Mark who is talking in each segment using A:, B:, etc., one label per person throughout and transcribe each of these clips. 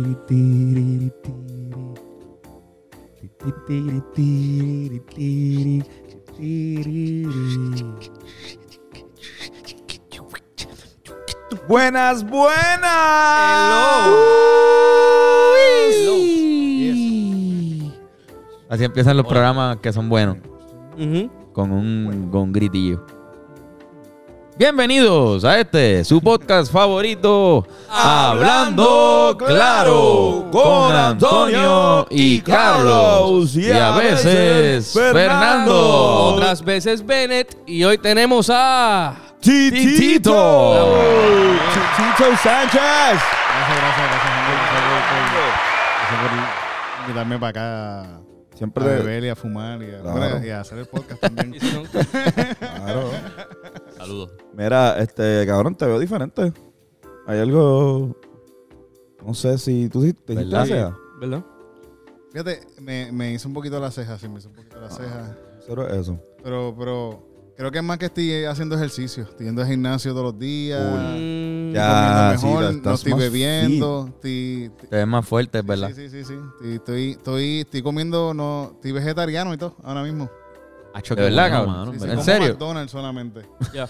A: Tiri, tiri. Ti, tiri, tiri, tiri, tiri, tiri. Buenas, buenas.
B: Hello.
A: Uy. Así empiezan los programas que son buenos,
B: Ujú.
A: con un, con un gritillo. Bienvenidos a este, su podcast favorito, Hablando Claro, con Antonio y Carlos, y a veces Fernando.
B: Otras veces Bennett y hoy tenemos a...
A: Titito.
C: Titito Sánchez.
D: Gracias, gracias, gracias, gente. Gracias por, gracias por invitarme para acá
C: Siempre
D: a
C: de-
D: beber y a fumar y a,
C: Claro.
D: bueno, y a hacer el podcast también.
C: Claro.
B: Saludos.
C: Mira, este cabrón, te veo diferente. Hay algo. No sé si tú sí- te hiciste
A: ¿Verdad?
C: la ceja.
B: ¿Verdad?
D: Fíjate, me, me hizo un poquito las cejas, sí, me hizo un poquito las cejas.
C: Cero es eso.
D: Pero, pero creo que es más que estoy haciendo ejercicio, estoy yendo al gimnasio todos los días. estoy
B: Mm,
C: Ya, sí,
D: comiendo mejor,
C: estás
D: no estoy
C: más
D: bebiendo, estoy,
A: Te ves más fuerte, es verdad.
D: sí, sí, sí, sí, estoy, estoy, estoy, estoy comiendo, no, estoy vegetariano y todo, ahora mismo.
A: De verdad, cabrón.
D: Sí, sí,
A: ¿En
D: como
A: serio?
D: McDonald's solamente.
B: ya.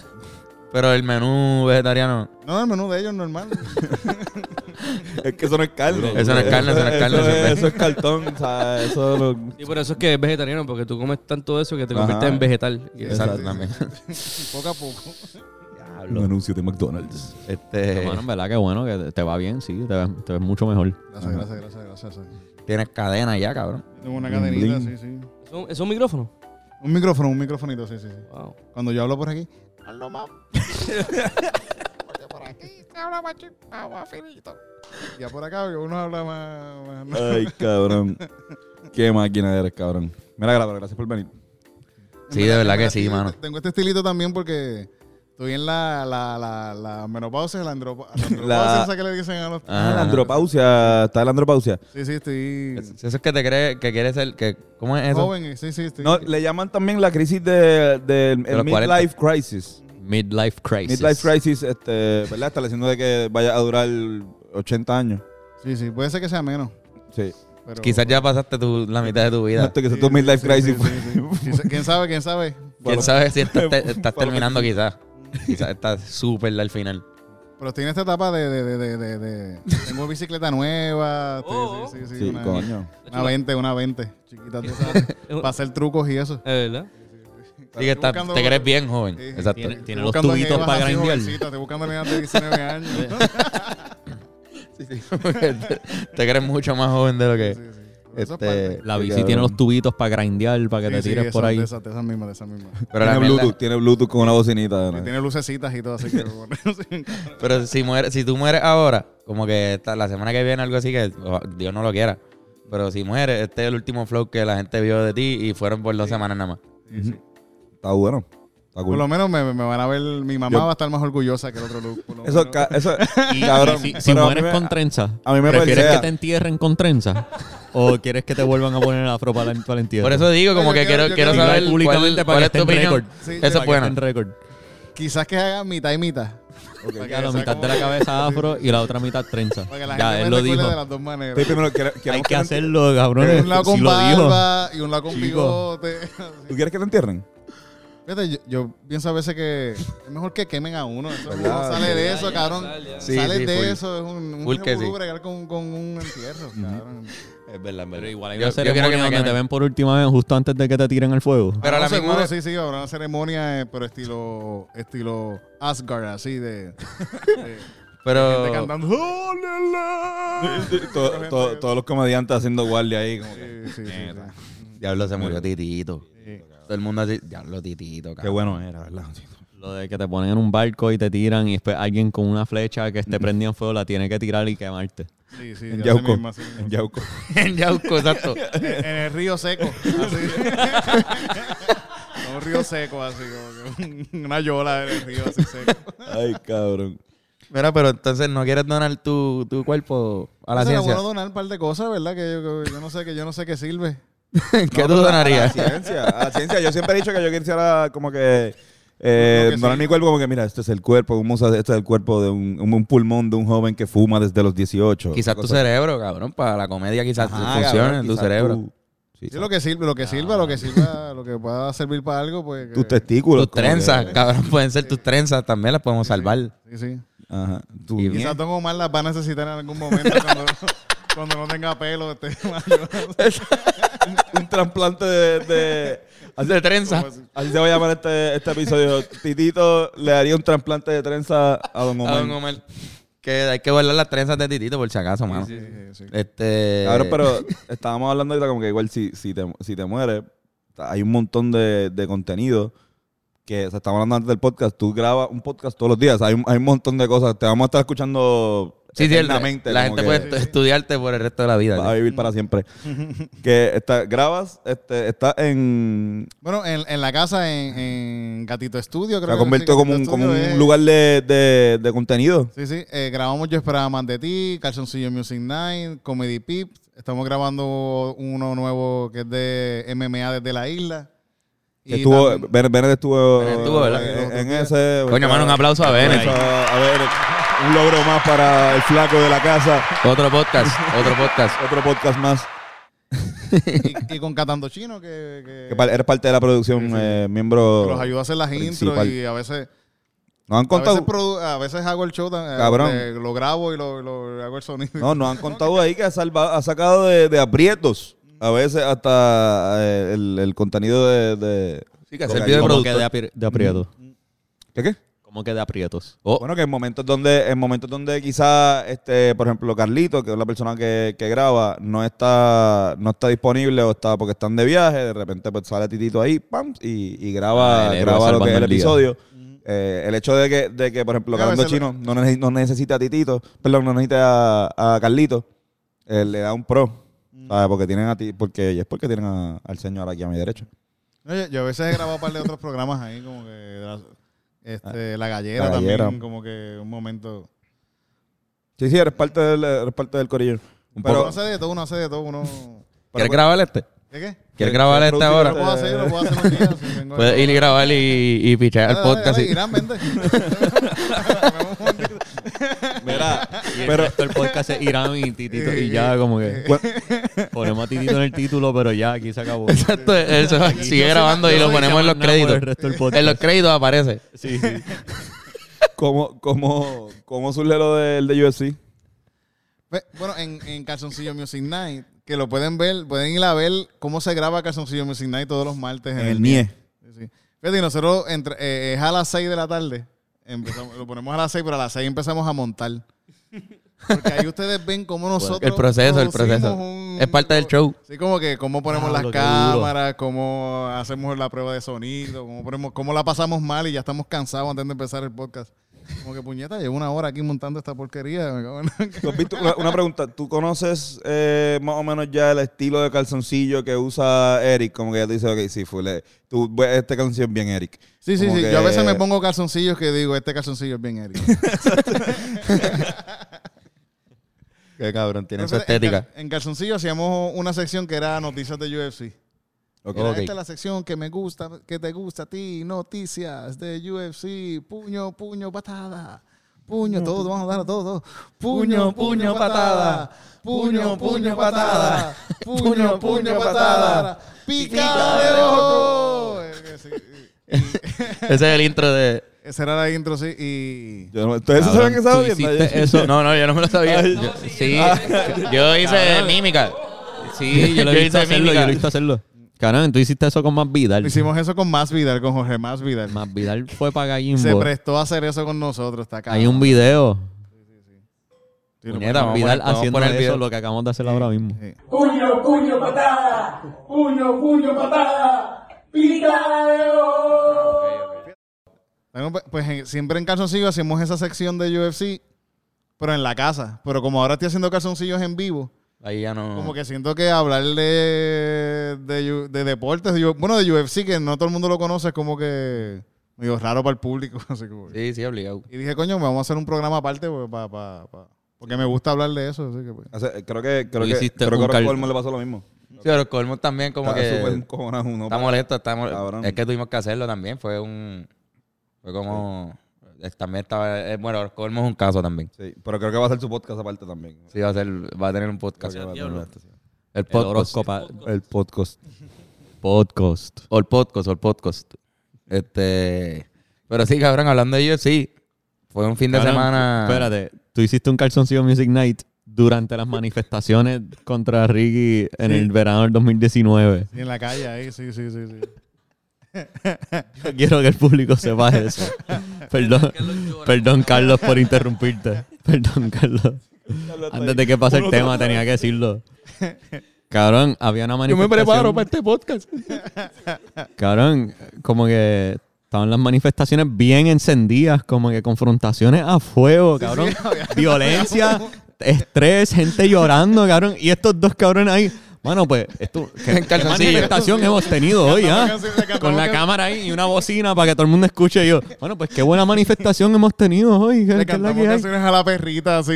A: Pero el menú vegetariano.
D: No, el menú de ellos normal.
C: Es que eso no es carne.
A: Eso no es carne, eso no es carne,
C: Eso,
A: eso es-
C: es, eso es cartón. o sea, eso lo-
B: Y por eso es que es vegetariano, porque tú comes tanto de eso que te
C: Ajá.
B: conviertes en vegetal.
D: Sí,
C: Exacto.
A: Exactamente.
D: poco a poco.
C: Un anuncio de McDonald's.
A: Este,
E: Hermano, en verdad que bueno, que te- te va bien, sí, te ves, te ves mucho mejor.
D: Gracias, gracias, gracias, gracias.
A: tienes cadena ya, cabrón.
D: Tengo una
C: Bling,
D: cadenita,
C: bling.
D: sí, sí.
B: ¿Es un, es un micrófono?
D: Un micrófono, un microfonito, sí, sí. sí.
B: Wow.
D: Cuando yo hablo por aquí. Hablo más. Porque por aquí se habla más chi- más finito. Ya por acá uno habla más. más- más.
C: Ay, cabrón. Qué máquina eres, cabrón. Mira, cabrón, gracias por venir.
A: Sí, de verdad que sí,
D: tengo-
A: mano.
D: Tengo este estilito también porque estoy en la, la, la, la menopausia, la andropa- la andropausia,
C: La-
D: esa que le dicen a los.
A: Ah,
C: la andropausia. Está la andropausia.
D: Sí, sí, estoy
A: Si Eso es que te crees que quieres ser. Que, ¿Cómo es eso?
D: joven. Sí, sí, estoy.
C: No, le llaman también la crisis de, del- el
A: los 40.
C: midlife crisis.
E: Midlife crisis.
C: Midlife crisis, este, ¿verdad? Estableciendo de que vaya a durar 80 años.
D: Sí, sí, puede ser que sea menos.
C: Sí.
D: Pero...
A: Quizás ya pasaste tu- la mitad de tu vida.
C: Exacto, que sea
D: Sí,
C: tu
D: sí,
C: midlife
D: sí,
C: crisis.
D: sí, sí,
A: pues.
D: sí. Quizá- ¿Quién sabe? ¿Quién sabe?
A: Quién sabe si estás, te- estás
C: para lo
A: terminando, quizás. Quizás estás súper al final.
D: Pero estoy en esta etapa de... de, de, de, de, de- Tengo bicicleta nueva. estoy-
B: Oh.
D: sí, sí, sí,
C: Sí,
D: una,
C: coño.
D: una 20, una 20. Chiquita, tú sabes, para hacer trucos y eso.
B: ¿Es verdad?
A: Sí, que estás- te crees bien, joven.
D: Sí, sí.
A: Exacto.
E: Tiene-
D: Estoy
E: tiene los
D: buscando
E: tubitos
D: jevas
E: para
D: así
E: grindear.
D: jovencitas, Estoy buscando nenas de 19 años.
A: te, te crees mucho más joven de lo que.
D: Sí, sí, sí. Eso es parte.
A: Este,
E: La bici
C: Sí,
E: tiene
C: cabrón.
E: los tubitos para grindear, para que
D: Sí,
E: te
D: sí,
E: tires por
D: esa-
E: ahí.
D: De esas de esas mismas, de esas mismas.
A: pero, la
C: tiene
A: mierda-
C: Bluetooth, tiene Bluetooth con una bocinita. ¿no?
D: Y tiene lucecitas y todo, así que... bueno, sí.
A: pero si, mueres, si tú mueres ahora, como que esta- la semana que viene, algo así que oh, Dios no lo quiera. Pero si mueres, este es el último flow que la gente vio de ti y fueron por dos semanas nada más.
C: Está bueno. Está
D: Por
C: cool.
D: lo menos me, me van a ver... Mi mamá
C: Yo-
D: va a estar más orgullosa que el otro look. por lo
C: Eso,
D: menos.
C: ca- eso
E: Y-
C: cabrón.
E: y si si
C: pero a mí
E: mueres
C: me-
E: con trenza,
C: a mí me
E: ¿prefieres
C: parece-
E: que te entierren con trenza? ¿O quieres que te vuelvan a poner el afro para la, para la entierro?
A: Por eso digo, como
D: Yo
A: que quiero,
D: quiero- yo
A: quiero
D: quiero
A: saber
E: Dilo
A: públicamente
E: públicamente para
A: cuál
E: que
A: es
E: esté
A: tu
E: en récord.
A: opinión.
D: Sí,
A: Eso
D: yo-
A: es
E: Para que
A: bueno.
E: esté en récord.
D: Quizás que haga mitad y mitad. Para que
E: Ya la
D: sea
E: mitad de
D: como-
E: la cabeza
D: sí, sí.
E: afro y la otra mitad trenza.
D: Para que la
E: Ya,
D: gente me
E: él lo
D: recuerde
E: dijo.
D: de las dos maneras.
C: Sí, primero, quiero-
E: Hay
C: queremos
E: que
C: te-
E: hacerlo,
D: Y
E: cabrones.
D: un lado con
E: Si lo dijo.
D: barba y un lado con
E: Chico.
D: bigote.
C: ¿Tú quieres que te entierren?
D: Fíjate, yo, yo pienso a veces que es mejor que quemen a uno. Eso, uno
C: ¿Verdad?
D: sale de eso,
B: ya,
D: cabrón.
B: sale, ya.
A: Sí,
D: sales
A: sí,
D: de
A: full.
D: eso. Es un, un
A: Full que
D: revolú
A: sí.
D: bregar con, con un entierro, cabrón.
A: Es verdad, es verdad.
E: Pero igual hay
A: Yo-
E: una
A: yo quiero que me
E: ceremonia donde
A: quemen.
E: te ven por última vez justo antes de que te tiren al fuego.
A: Pero
D: Ah,
A: a la
D: no, seguro,
A: misma vez-
D: sí, sí, habrá una ceremonia, eh, pero estilo, estilo Asgard, así de. de gente
A: Pero
D: cantando. ¡Aleluya!
C: To- to- Todos los comediantes haciendo guardia ahí. como que-
D: Sí, sí, sí, sí.
A: Diablo se murió Titito.
D: Sí.
A: Todo el mundo así, Diablo Titito,
C: "Ah, Qué
A: cabrón.
C: bueno era, ¿verdad?
E: Lo de que te ponen en un barco y te tiran y después alguien con una flecha que esté prendida en fuego la tiene que tirar y quemarte.
D: Sí, sí,
C: En
D: así
C: Yauco.
D: mismo, así mismo.
C: En Yauco.
A: En Yauco, exacto.
D: En en el río seco. Así. un río seco, así como que un- una yola en el río así seco.
C: Ay, cabrón.
A: Mira, pero entonces no quieres donar tu, tu cuerpo a la
D: Eso era
A: ciencia.
D: bueno donar un par de cosas, ¿verdad? Que yo, que yo no sé que yo no sé qué sirve.
A: ¿Qué
C: No,
A: tú
C: pero a- A la
A: donarías?
C: ah, ciencia, a la ciencia. Yo siempre he dicho que yo quisiera como que Eh,
D: Creo que
C: donar
D: sí.
C: mi cuerpo porque mira, este es el cuerpo, un musa- este es el cuerpo de un, un- un pulmón de un joven que fuma desde los 18.
A: Quizás tu cerebro, cabrón, para la comedia quizás
C: Ajá,
A: funcione
C: cabrón,
A: tu
C: quizás
A: cerebro.
C: tú- sí,
D: Sí, lo que sirve, lo que sirva, lo que sirva, lo que pueda servir para algo, pues. que-
C: tus testículos.
A: Tus
C: como
A: trenzas,
C: que-
A: cabrón, pueden ser tus trenzas también, las podemos salvar.
D: Sí, sí.
C: Ajá. Tu
A: Y-
D: Quizás Don Omar las va a necesitar en algún momento cuando, cuando no tenga pelo. Este, mayor.
C: un trasplante de, de-
A: De trenza.
D: Como así.
C: Así se va a llamar este, este episodio. Titito le daría un trasplante de trenza a Don Omar.
A: A don Omar. Que hay que guardar las trenzas de Titito por si acaso, mano.
D: Sí, sí, sí.
A: Este.
C: Cabrón, pero estábamos hablando ahorita como que igual si, si, te, si te mueres, hay un montón de, de contenido que o sea, estábamos hablando antes del podcast. Tú grabas un podcast todos los días. hay, un- hay un montón de cosas. Te vamos a estar escuchando
A: Sí, sí, el- la
C: eternamente, como
A: gente
C: que
A: puede estu- estudiarte por el resto de la vida.
C: vas a
A: tío.
C: vivir para siempre. que está, grabas, este, estás en...
D: Bueno, en, en la casa, en, en Gatito Estudio, creo
C: La
D: que
C: convirtió
D: sí,
C: como un,
D: Gatito
C: como
D: Estudio es-
C: un lugar de, de, de contenido.
D: Sí, sí. eh, grabamos Yo Esperaba Más de Ti, Calzoncillo Music Night, Comedy Pips. Estamos grabando uno nuevo que es de MMA desde la isla. Y
C: estuvo,
D: también-
C: Ben- Bennett estuvo,
A: Bennett estuvo, ¿verdad?
C: en, en ese.
A: Coño, mano, un aplauso a Bennett.
C: Aplauso A, a Bennett. Un logro más para el flaco de la casa.
A: Otro podcast, otro podcast.
C: Otro podcast más.
D: y, y con Catando Chino, que, que-
C: Que pa- eres parte de la producción,
D: Sí, sí.
C: eh, miembro.
D: que los ayuda a hacer las intros
C: Principal.
D: y a veces,
C: Nos han
D: a veces,
C: contado.
D: produ- a veces hago el show, tan- eh,
C: Cabrón.
D: de- lo grabo y lo, lo- hago el sonido.
C: No, nos han contado ahí que ha, salvado, ha sacado de, de aprietos. A veces hasta eh, el, el contenido de. de-
A: Sí, que
C: Como
A: hacer
C: que-
A: video de
E: Como que
A: productor.
E: de, apri- de aprietos.
C: ¿Qué qué?
E: Como que de aprietos.
A: Oh,
C: Bueno, que en momentos donde, en momentos donde quizá, este, por ejemplo, Carlito, que es la persona que, que graba, no está, no está disponible o está porque están de viaje, de repente pues, sale Titito ahí, pam, y, y graba,
E: Ah, el héroe
C: graba lo que es el
E: salvando el día.
C: episodio. Eh, el hecho de que, de que por ejemplo,
D: Ya, a
C: Carlando
D: veces
C: Chino no, nece- no necesita a Titito, perdón, no necesita a, a Carlito, eh, le da un pro. ¿sabes? Porque tienen a ti, porque y es porque tienen a- al señor aquí a mi derecha.
D: No, yo, yo a veces he grabado un par de otros programas ahí, como que de la, este,
A: Ah,
D: la gallera
C: La
D: también,
C: Gallera.
D: como que un momento.
C: Sí, sí, eres parte del, eres parte del corillo.
A: Un
D: Pero
A: poco-
D: uno hace de todo, uno hace de todo, uno...
A: ¿Quieres grabar este?
D: ¿Qué qué?
A: ¿Quieres grabar este
C: producir
D: Yo
A: ahora?
D: lo puedo hacer, yo
C: eh,
D: lo puedo hacer un día. si tengo-
A: Puedes ir y grabar y, y pichar el
D: Dale, dale,
A: podcast.
D: dale,
A: y-
D: Irán, vente. Vamos un día.
E: Mira, y el resto del podcast es Irán y Titito. Y ya, como que. Ponemos a Titito en el título, pero ya, aquí se acabó.
A: Exacto, eso
E: Y
A: sigue
E: yo soy-
A: grabando
E: yo
A: y lo
E: soy
A: ponemos en los
E: Yamandá por el
A: créditos.
E: resto del podcast.
A: En los créditos aparece.
E: Sí, sí.
C: ¿Cómo, cómo, cómo surge lo del de UFC?
D: Ve- Bueno, en, en Calzoncillo Music Night, que lo pueden ver, pueden ir a ver cómo se graba Calzoncillo Music Night todos los martes en,
C: En el NIE.
D: Sí. Fíjate, y nosotros entre- eh, es a las 6 de la tarde. Empezamos, lo ponemos a las 6, pero a las 6 empezamos a montar. Porque ahí ustedes ven cómo nosotros.
A: el proceso, el
D: producimos
A: proceso. Es parte del show. Ah,
D: Sí, como que cómo ponemos
E: Diablo,
D: las
E: qué duro.
D: cámaras, cómo hacemos la prueba de sonido, cómo, ponemos, cómo la pasamos mal y ya estamos cansados antes de empezar el podcast. Como que puñeta, llevo una hora aquí montando esta porquería. me cago en la-
C: ¿Tú has visto- una, una pregunta, ¿tú conoces eh, más o menos ya el estilo de calzoncillo que usa Eric? Como que ya te dice, ok, sí, fule, tú, ve este canción bien Eric.
D: Sí, sí,
C: Como
D: sí.
C: que-
D: Yo a veces me pongo calzoncillos que digo, este calzoncillo es bien Eric.
A: Qué cabrón, tienen
D: Pero
A: su
D: fíjate, en
A: estética.
D: cal- En, calzoncillo hacíamos una sección que era noticias de UFC.
C: Ok.
D: Era,
A: Ok.
D: Esta es la sección que me gusta, que te gusta a ti, noticias de UFC, puño, puño, patada. Puño, todos vamos a dar a todos. Puño, puño, patada. Puño, puño, patada. Puño, puño, patada. Picada de ojo. Eh, sí,
A: Ese es el intro de.
D: Esa era la intro, sí. Y
C: Yo no- ¿Ustedes
A: Cabrón,
C: saben que
A: tú
C: saben?
A: hiciste eso. No, no, yo no me lo sabía. Yo- sí, yo hice mímica. Sí, yo,
E: lo he
A: hice
E: visto hacerlo,
A: mímica.
E: yo lo he visto hacerlo. Caramba, tú hiciste eso con Más Vidal.
D: hicimos eso con Más Vidal, con Jorge Más Vidal.
E: Más Vidal fue para
D: Se
E: Gallimbo.
D: prestó a hacer eso con nosotros, está acá.
E: Hay un video.
D: Sí, lo
A: Puñeta, vamos a
E: Vidal
A: poner- vamos a
E: haciendo
A: poner el video.
E: eso, lo que acabamos de hacer ahora mismo.
D: Sí.
F: Puño, puño, patada. Puño, puño, patada. Picada de ojo.
D: Bueno, pues, pues, en- siempre en calzoncillos hacemos esa sección de UFC, pero en la casa. Pero como ahora estoy haciendo calzoncillos en vivo,
A: Ahí ya no.
D: como que siento que hablar de, de, U- de deportes, de U- bueno, de UFC, que no todo el mundo lo conoce, es como que medio raro para el público. así como que-
A: Sí, sí, obligado.
D: Y dije, coño, pues, vamos a hacer un programa aparte pues, pa- pa- pa- porque me gusta hablar de eso. así que, pues.
C: Hace- Creo que, creo
E: Tú
C: que,
E: hiciste
C: creo que
E: un
C: ahora a
E: cal-
C: Colmo le pasó lo mismo.
A: Sí, pero el colmo también como
C: Está
A: que
C: súper encojonado uno.
A: está molesto, está mol-
C: Cabrón.
A: Es que tuvimos que hacerlo también, fue un Fue como. eh, También estaba. eh, bueno, Colmo es un caso también.
C: Sí, pero creo que va a ser su podcast aparte también.
A: Sí, va a, ser, va a tener un
C: Creo
A: podcast.
C: que va a tener
B: diablo.
C: este, sí.
A: El
E: El
A: podcast.
E: horóscopa-
C: El podcast.
E: podcast.
A: O el podcast, o el podcast. Este. Pero sí, cabrón, hablando de sí Fue un fin de
E: Cabrón,
A: semana.
E: Espérate, tú hiciste un calzoncillo Music Night durante las manifestaciones contra Ricky en el verano del 2019.
D: Sí, en la calle ahí, sí, sí, sí. sí.
E: Yo quiero que el público sepa eso. Perdón, perdón Carlos por interrumpirte. Perdón Carlos. Antes de que pase el tema tenía que decirlo. Cabrón, había una manifestación.
A: este podcast.
E: Cabrón, como que estaban las manifestaciones bien encendidas, como que confrontaciones a fuego, cabrón. Violencia, estrés, gente llorando, cabrón. Y estos dos cabrones ahí. Bueno, pues, esto, ¿qué,
A: En
E: qué
A: calzoncillo.
E: manifestación hemos tenido hoy, ah?
D: Cantamos canciones, cantamos
E: Con la
D: can-
E: cámara ahí y una bocina para que todo el mundo escuche. Y yo, bueno, pues, qué buena manifestación hemos tenido hoy. ¿qué-
D: Le
E: qué es la
D: cantamos
E: que hay?
D: canciones a la perrita, así.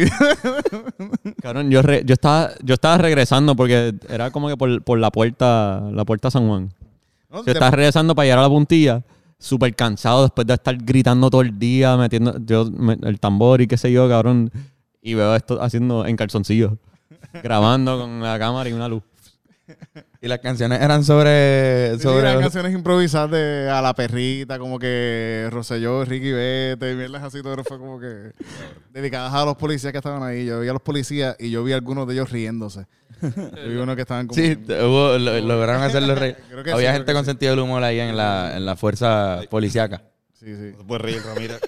E: Cabrón, yo, re- yo, estaba, yo estaba regresando porque era como que por, por la puerta, la puerta San Juan.
D: No,
E: Yo
D: de-
E: estaba regresando para llegar a la puntilla, súper cansado después de estar gritando todo el día, metiendo yo, me- el tambor y qué sé yo, cabrón. Y veo esto haciendo en calzoncillos, grabando con la cámara y una luz.
A: Y las canciones eran sobre.
D: Sí, eran
A: sobre
D: canciones improvisadas de a la perrita, como que Roselló, Ricky Vete, y mierdas así, todo fue como que dedicadas a los policías que estaban ahí. Yo vi a los policías y yo vi a algunos de ellos riéndose. Yo vi uno que estaban como...
A: sí, t- hubo- lo- lograron hacerlo reír.
D: Creo que sí,
A: Había
D: creo
A: gente
D: que
A: con
D: sí.
A: sentido del humor ahí en la, en la fuerza policíaca.
D: sí, sí.
C: te puedes reír, Ramírez.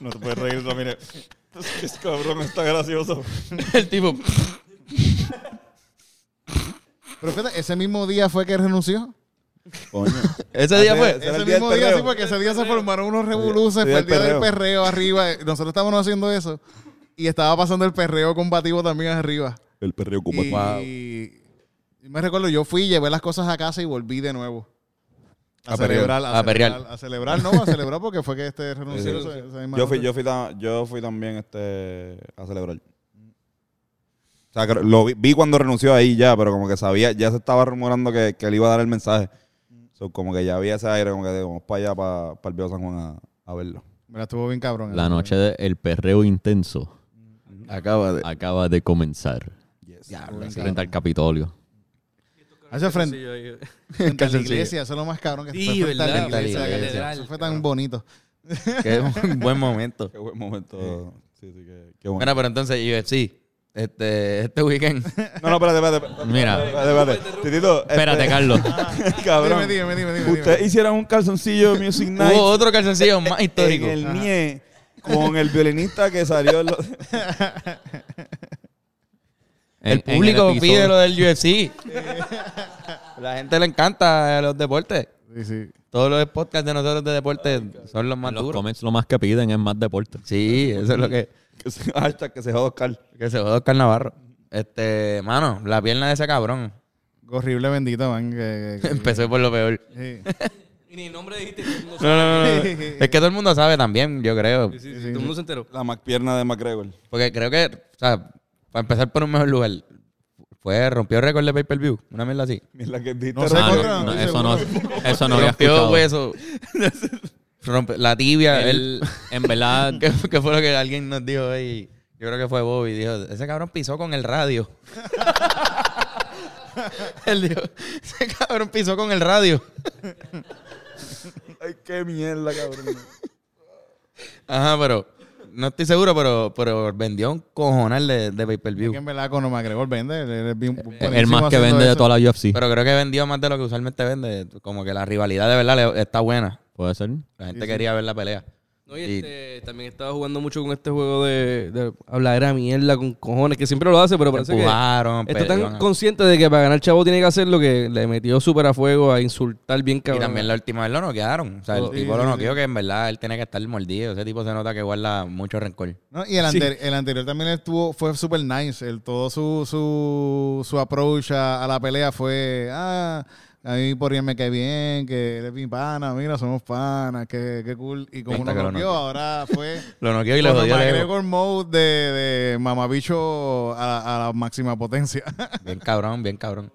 C: No te puedes reír, Ramírez. Es cabrón, está gracioso.
A: el tipo.
D: Pero fíjate, ese mismo día fue que renunció.
C: Coño.
A: Ese día fue.
C: Ese era
D: Ese
C: el día del
D: mismo día,
C: perreo.
D: sí, porque ese día se formaron unos revoluces,
C: el
D: fue
C: día
D: el día
C: del
D: del perreo arriba. Nosotros estábamos haciendo eso y estaba pasando el perreo combativo también arriba.
C: El perreo como
D: Y, y me recuerdo, yo fui, llevé las cosas a casa y volví de nuevo. A,
A: A
D: celebrar,
A: perrear,
D: a,
A: a perrear.
D: celebrar, a celebrar, no, a celebrar porque fue que este renunció.
C: Sí, sí.
D: esa- esa misma
C: Yo fui,
D: noche.
C: yo fui, ta- yo fui también este, a celebrar. O sea, que lo vi, vi cuando renunció ahí ya, pero como que sabía, ya se estaba rumorando que, que él iba a dar el mensaje. So, como que ya había ese aire, como que de, vamos para allá, para, el Viejo San Juan a, a verlo.
D: Mira, estuvo bien cabrón.
A: Ah,
D: eh.
E: La noche del perreo intenso
A: Acaba de.
E: acaba de comenzar
A: Ah,
E: frente al Capitolio.
D: Hacia Ah, frente, frente a la
A: Calzoncillo.
D: iglesia, eso es lo más cabrón que
B: Sí,
D: fue frente a la
B: ¿verdad?
A: Frente a
D: iglesia,
A: la
D: la
B: catedral,
D: Eso fue
B: cabrón.
D: tan bonito.
A: Que es un buen momento.
C: Qué buen momento. Sí, sí, qué, qué bueno.
A: Bueno, pero entonces, UFC. Este, este weekend.
C: No, no, espérate, espérate. espérate
E: Mira.
C: espérate, espérate. Titito, este,
E: Espérate, Carlos.
C: cabrón.
D: Dime, dime, dime, dime, dime.
C: Ustedes hicieron un calzoncillo Music Night.
A: Hubo otro calzoncillo más histórico.
C: En el NIE con el violinista que salió. en los-
A: El
E: En- en
A: público
E: episodio-
A: pide lo del UFC. La gente le encanta eh, los deportes.
D: Sí, sí.
A: Todos los podcasts de nosotros de deportes son los más
E: Los
A: duros.
E: comments lo más que piden es más deporte.
A: Sí, eso es lo que,
C: que se- Hashtag que se joda Oscar.
A: que se joda Oscar Navarro. Este, mano, la pierna de ese cabrón.
D: Horrible bendito, man. que- que- que-
A: Empezó por lo peor.
D: sí.
B: Y ni nombre dijiste. No,
A: No, no, no, no. Es que todo el mundo sabe también, yo creo.
B: sí, sí, sí, todo el mundo se enteró.
C: La pierna de McGregor.
A: Porque creo que, o sea, para empezar por un mejor lugar, fue, rompió récord de pay-per-view. Una mierda así.
C: Mira que
D: No sé
E: Ah,
D: cuál
E: no, no,
D: era,
E: eso no, eso no había
A: rompió
E: escuchado.
D: pues,
A: hueso. Rompe- la tibia. él,
E: Él, en verdad,
A: ¿Qué, qué fue lo que alguien nos dijo ahí? Yo creo que fue Bobby. Dijo, ese cabrón pisó con el radio. Él dijo, ese cabrón pisó con el radio.
C: Ay, qué mierda, cabrón.
A: Ajá, pero no estoy seguro, pero, pero vendió un cojonal de, de
D: Es que
A: pay-per-view.
D: en verdad Conor McGregor vende. él es bien
E: el
D: buenísimo
E: más que
D: haciendo
E: vende de
D: eso.
E: toda la UFC.
A: Pero creo que vendió más de lo que usualmente vende. Como que la rivalidad de verdad le- está buena.
E: Puede ser.
A: La gente quería ver la pelea.
B: No, y este, también estaba jugando mucho con este juego de, de habladera mierda con cojones, que siempre lo hace, pero parece
A: Empujaron,
B: que... Está
A: pelearon.
B: tan consciente de que para ganar chavo tiene que hacer lo que le metió súper a fuego, a insultar bien
A: Y
B: cabrón.
A: también la última vez lo noquearon. O sea, el
B: Sí,
A: tipo
D: sí,
A: lo
D: sí.
A: noqueó que en verdad él tiene que estar mordido. Ese tipo se nota que guarda mucho rencor.
D: No, y el, anteri- el anterior también estuvo, fue super nice. El, todo su, su, su approach a, a la pelea fue, ah, a mí por bien me cae bien, que él es mi pana, mira, somos panas, que, que cool. Y como
A: Hasta
D: uno
A: que lo
D: rompió,
A: noqueó.
D: ahora fue
A: Lo noqueó y le
D: Conor
A: jodió el ego.
D: McGregor mode de, de mamabicho a, a la máxima potencia.
A: Bien cabrón, bien cabrón.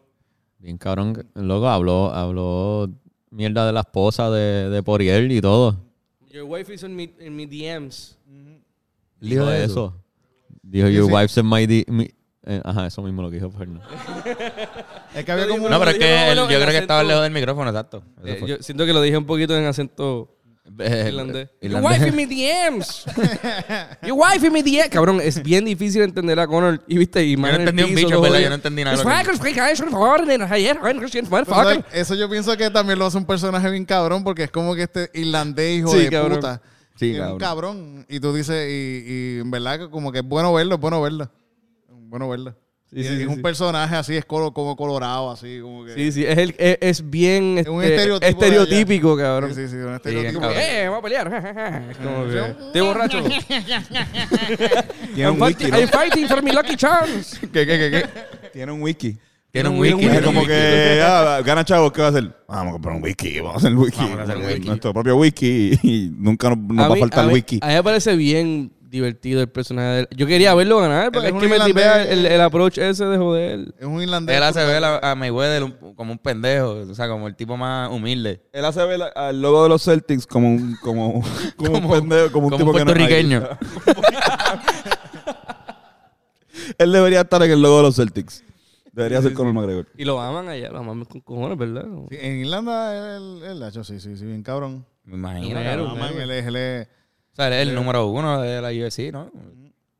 E: Bien cabrón. Luego habló, habló mierda de la esposa de, de Poriel y todo.
B: Your wife is in me, in me DMs.
E: Dijo eso. Dijo, your wife's in my... D- mi-" eh, ajá, eso mismo lo que dijo Fernando.
D: Es que había como
A: No, pero es
B: Yo no
A: que él-
B: veo
A: yo
B: el
A: creo que estaba
B: acento.
A: lejos del micrófono, exacto. Eso
B: Eh,
A: fue.
B: yo siento que lo dije un poquito en acento
A: Eh,
B: irlandés. Your
A: irlandés.
B: wife in me DMs. Your wife in me DMs. Cabrón, es bien difícil entender a Connor. Y viste, y más
A: no
B: en el
A: entendí un
B: piso,
A: bicho,
B: todo
A: ¿verdad?
B: bien.
A: Yo no entendí nada de lo que-
B: Swaggers, freak, eyes, motherfucker, and I am a Christian
D: Pero, ¿sabes?
B: motherfucker.
D: Eso yo pienso que también lo hace un personaje bien cabrón porque es como que este irlandés hijo
B: Sí,
D: de
B: cabrón.
D: puta.
C: Sí,
D: Que es un
C: cabrón.
D: cabrón. Y tú dices, y, y en verdad que como que es bueno verlo, es bueno verlo. Es bueno verlo.
B: Sí,
D: Y
B: sí,
D: es
B: sí,
D: un
B: sí.
D: personaje así, es colo- como colorado, así como que...
B: Sí, sí, es, el, es, es bien
D: un
B: este,
D: estereotipo de
B: estereotípico, cabrón.
D: sí, sí, sí, un
A: bien
D: estereotipo.
A: cabrón.
B: Eh, vamos a pelear. Es como que, Estoy borracho.
C: Tiene un wiki, ¿no?
B: I'm fighting for my lucky chance.
A: ¿Qué, qué, qué, qué?
C: Tiene un wiki.
A: Tiene un
B: Tiene
A: wiki.
B: un
C: Es
B: wiki.
C: como que ah, gana chavos, ¿qué va a hacer? Vamos a comprar un wiki, vamos a hacer un wiki.
A: Vamos a hacer un wiki.
C: Nuestro propio wiki y nunca nos, nos va a
B: mí-
C: faltar
B: mí-
C: wiki.
B: A mí me parece bien divertido el personaje. de él. Yo quería verlo ganar, pero
D: es
B: es
D: un
B: que me
D: irlandés.
B: tipea el, el approach ese de joder.
D: Es un irlandés.
A: Él hace ver a, a Mayweather un- como un pendejo, o sea, como el tipo más humilde.
C: Él hace ver al logo de los Celtics como un, como, como, un pendejo, como un
A: como
C: tipo
A: un
C: que no es
A: puertorriqueño.
C: ahí. Él debería estar en el logo de los Celtics. Debería ser Conor McGregor.
B: Y lo aman allá, lo aman con cojones, ¿verdad?
D: Sí, en Irlanda él, él ha hecho, sí, sí, sí, bien cabrón.
A: Me imagino.
B: Pero,
A: cabrón.
D: Mamá, él es- él es-
A: O sea, él es el número uno de la UFC, ¿no?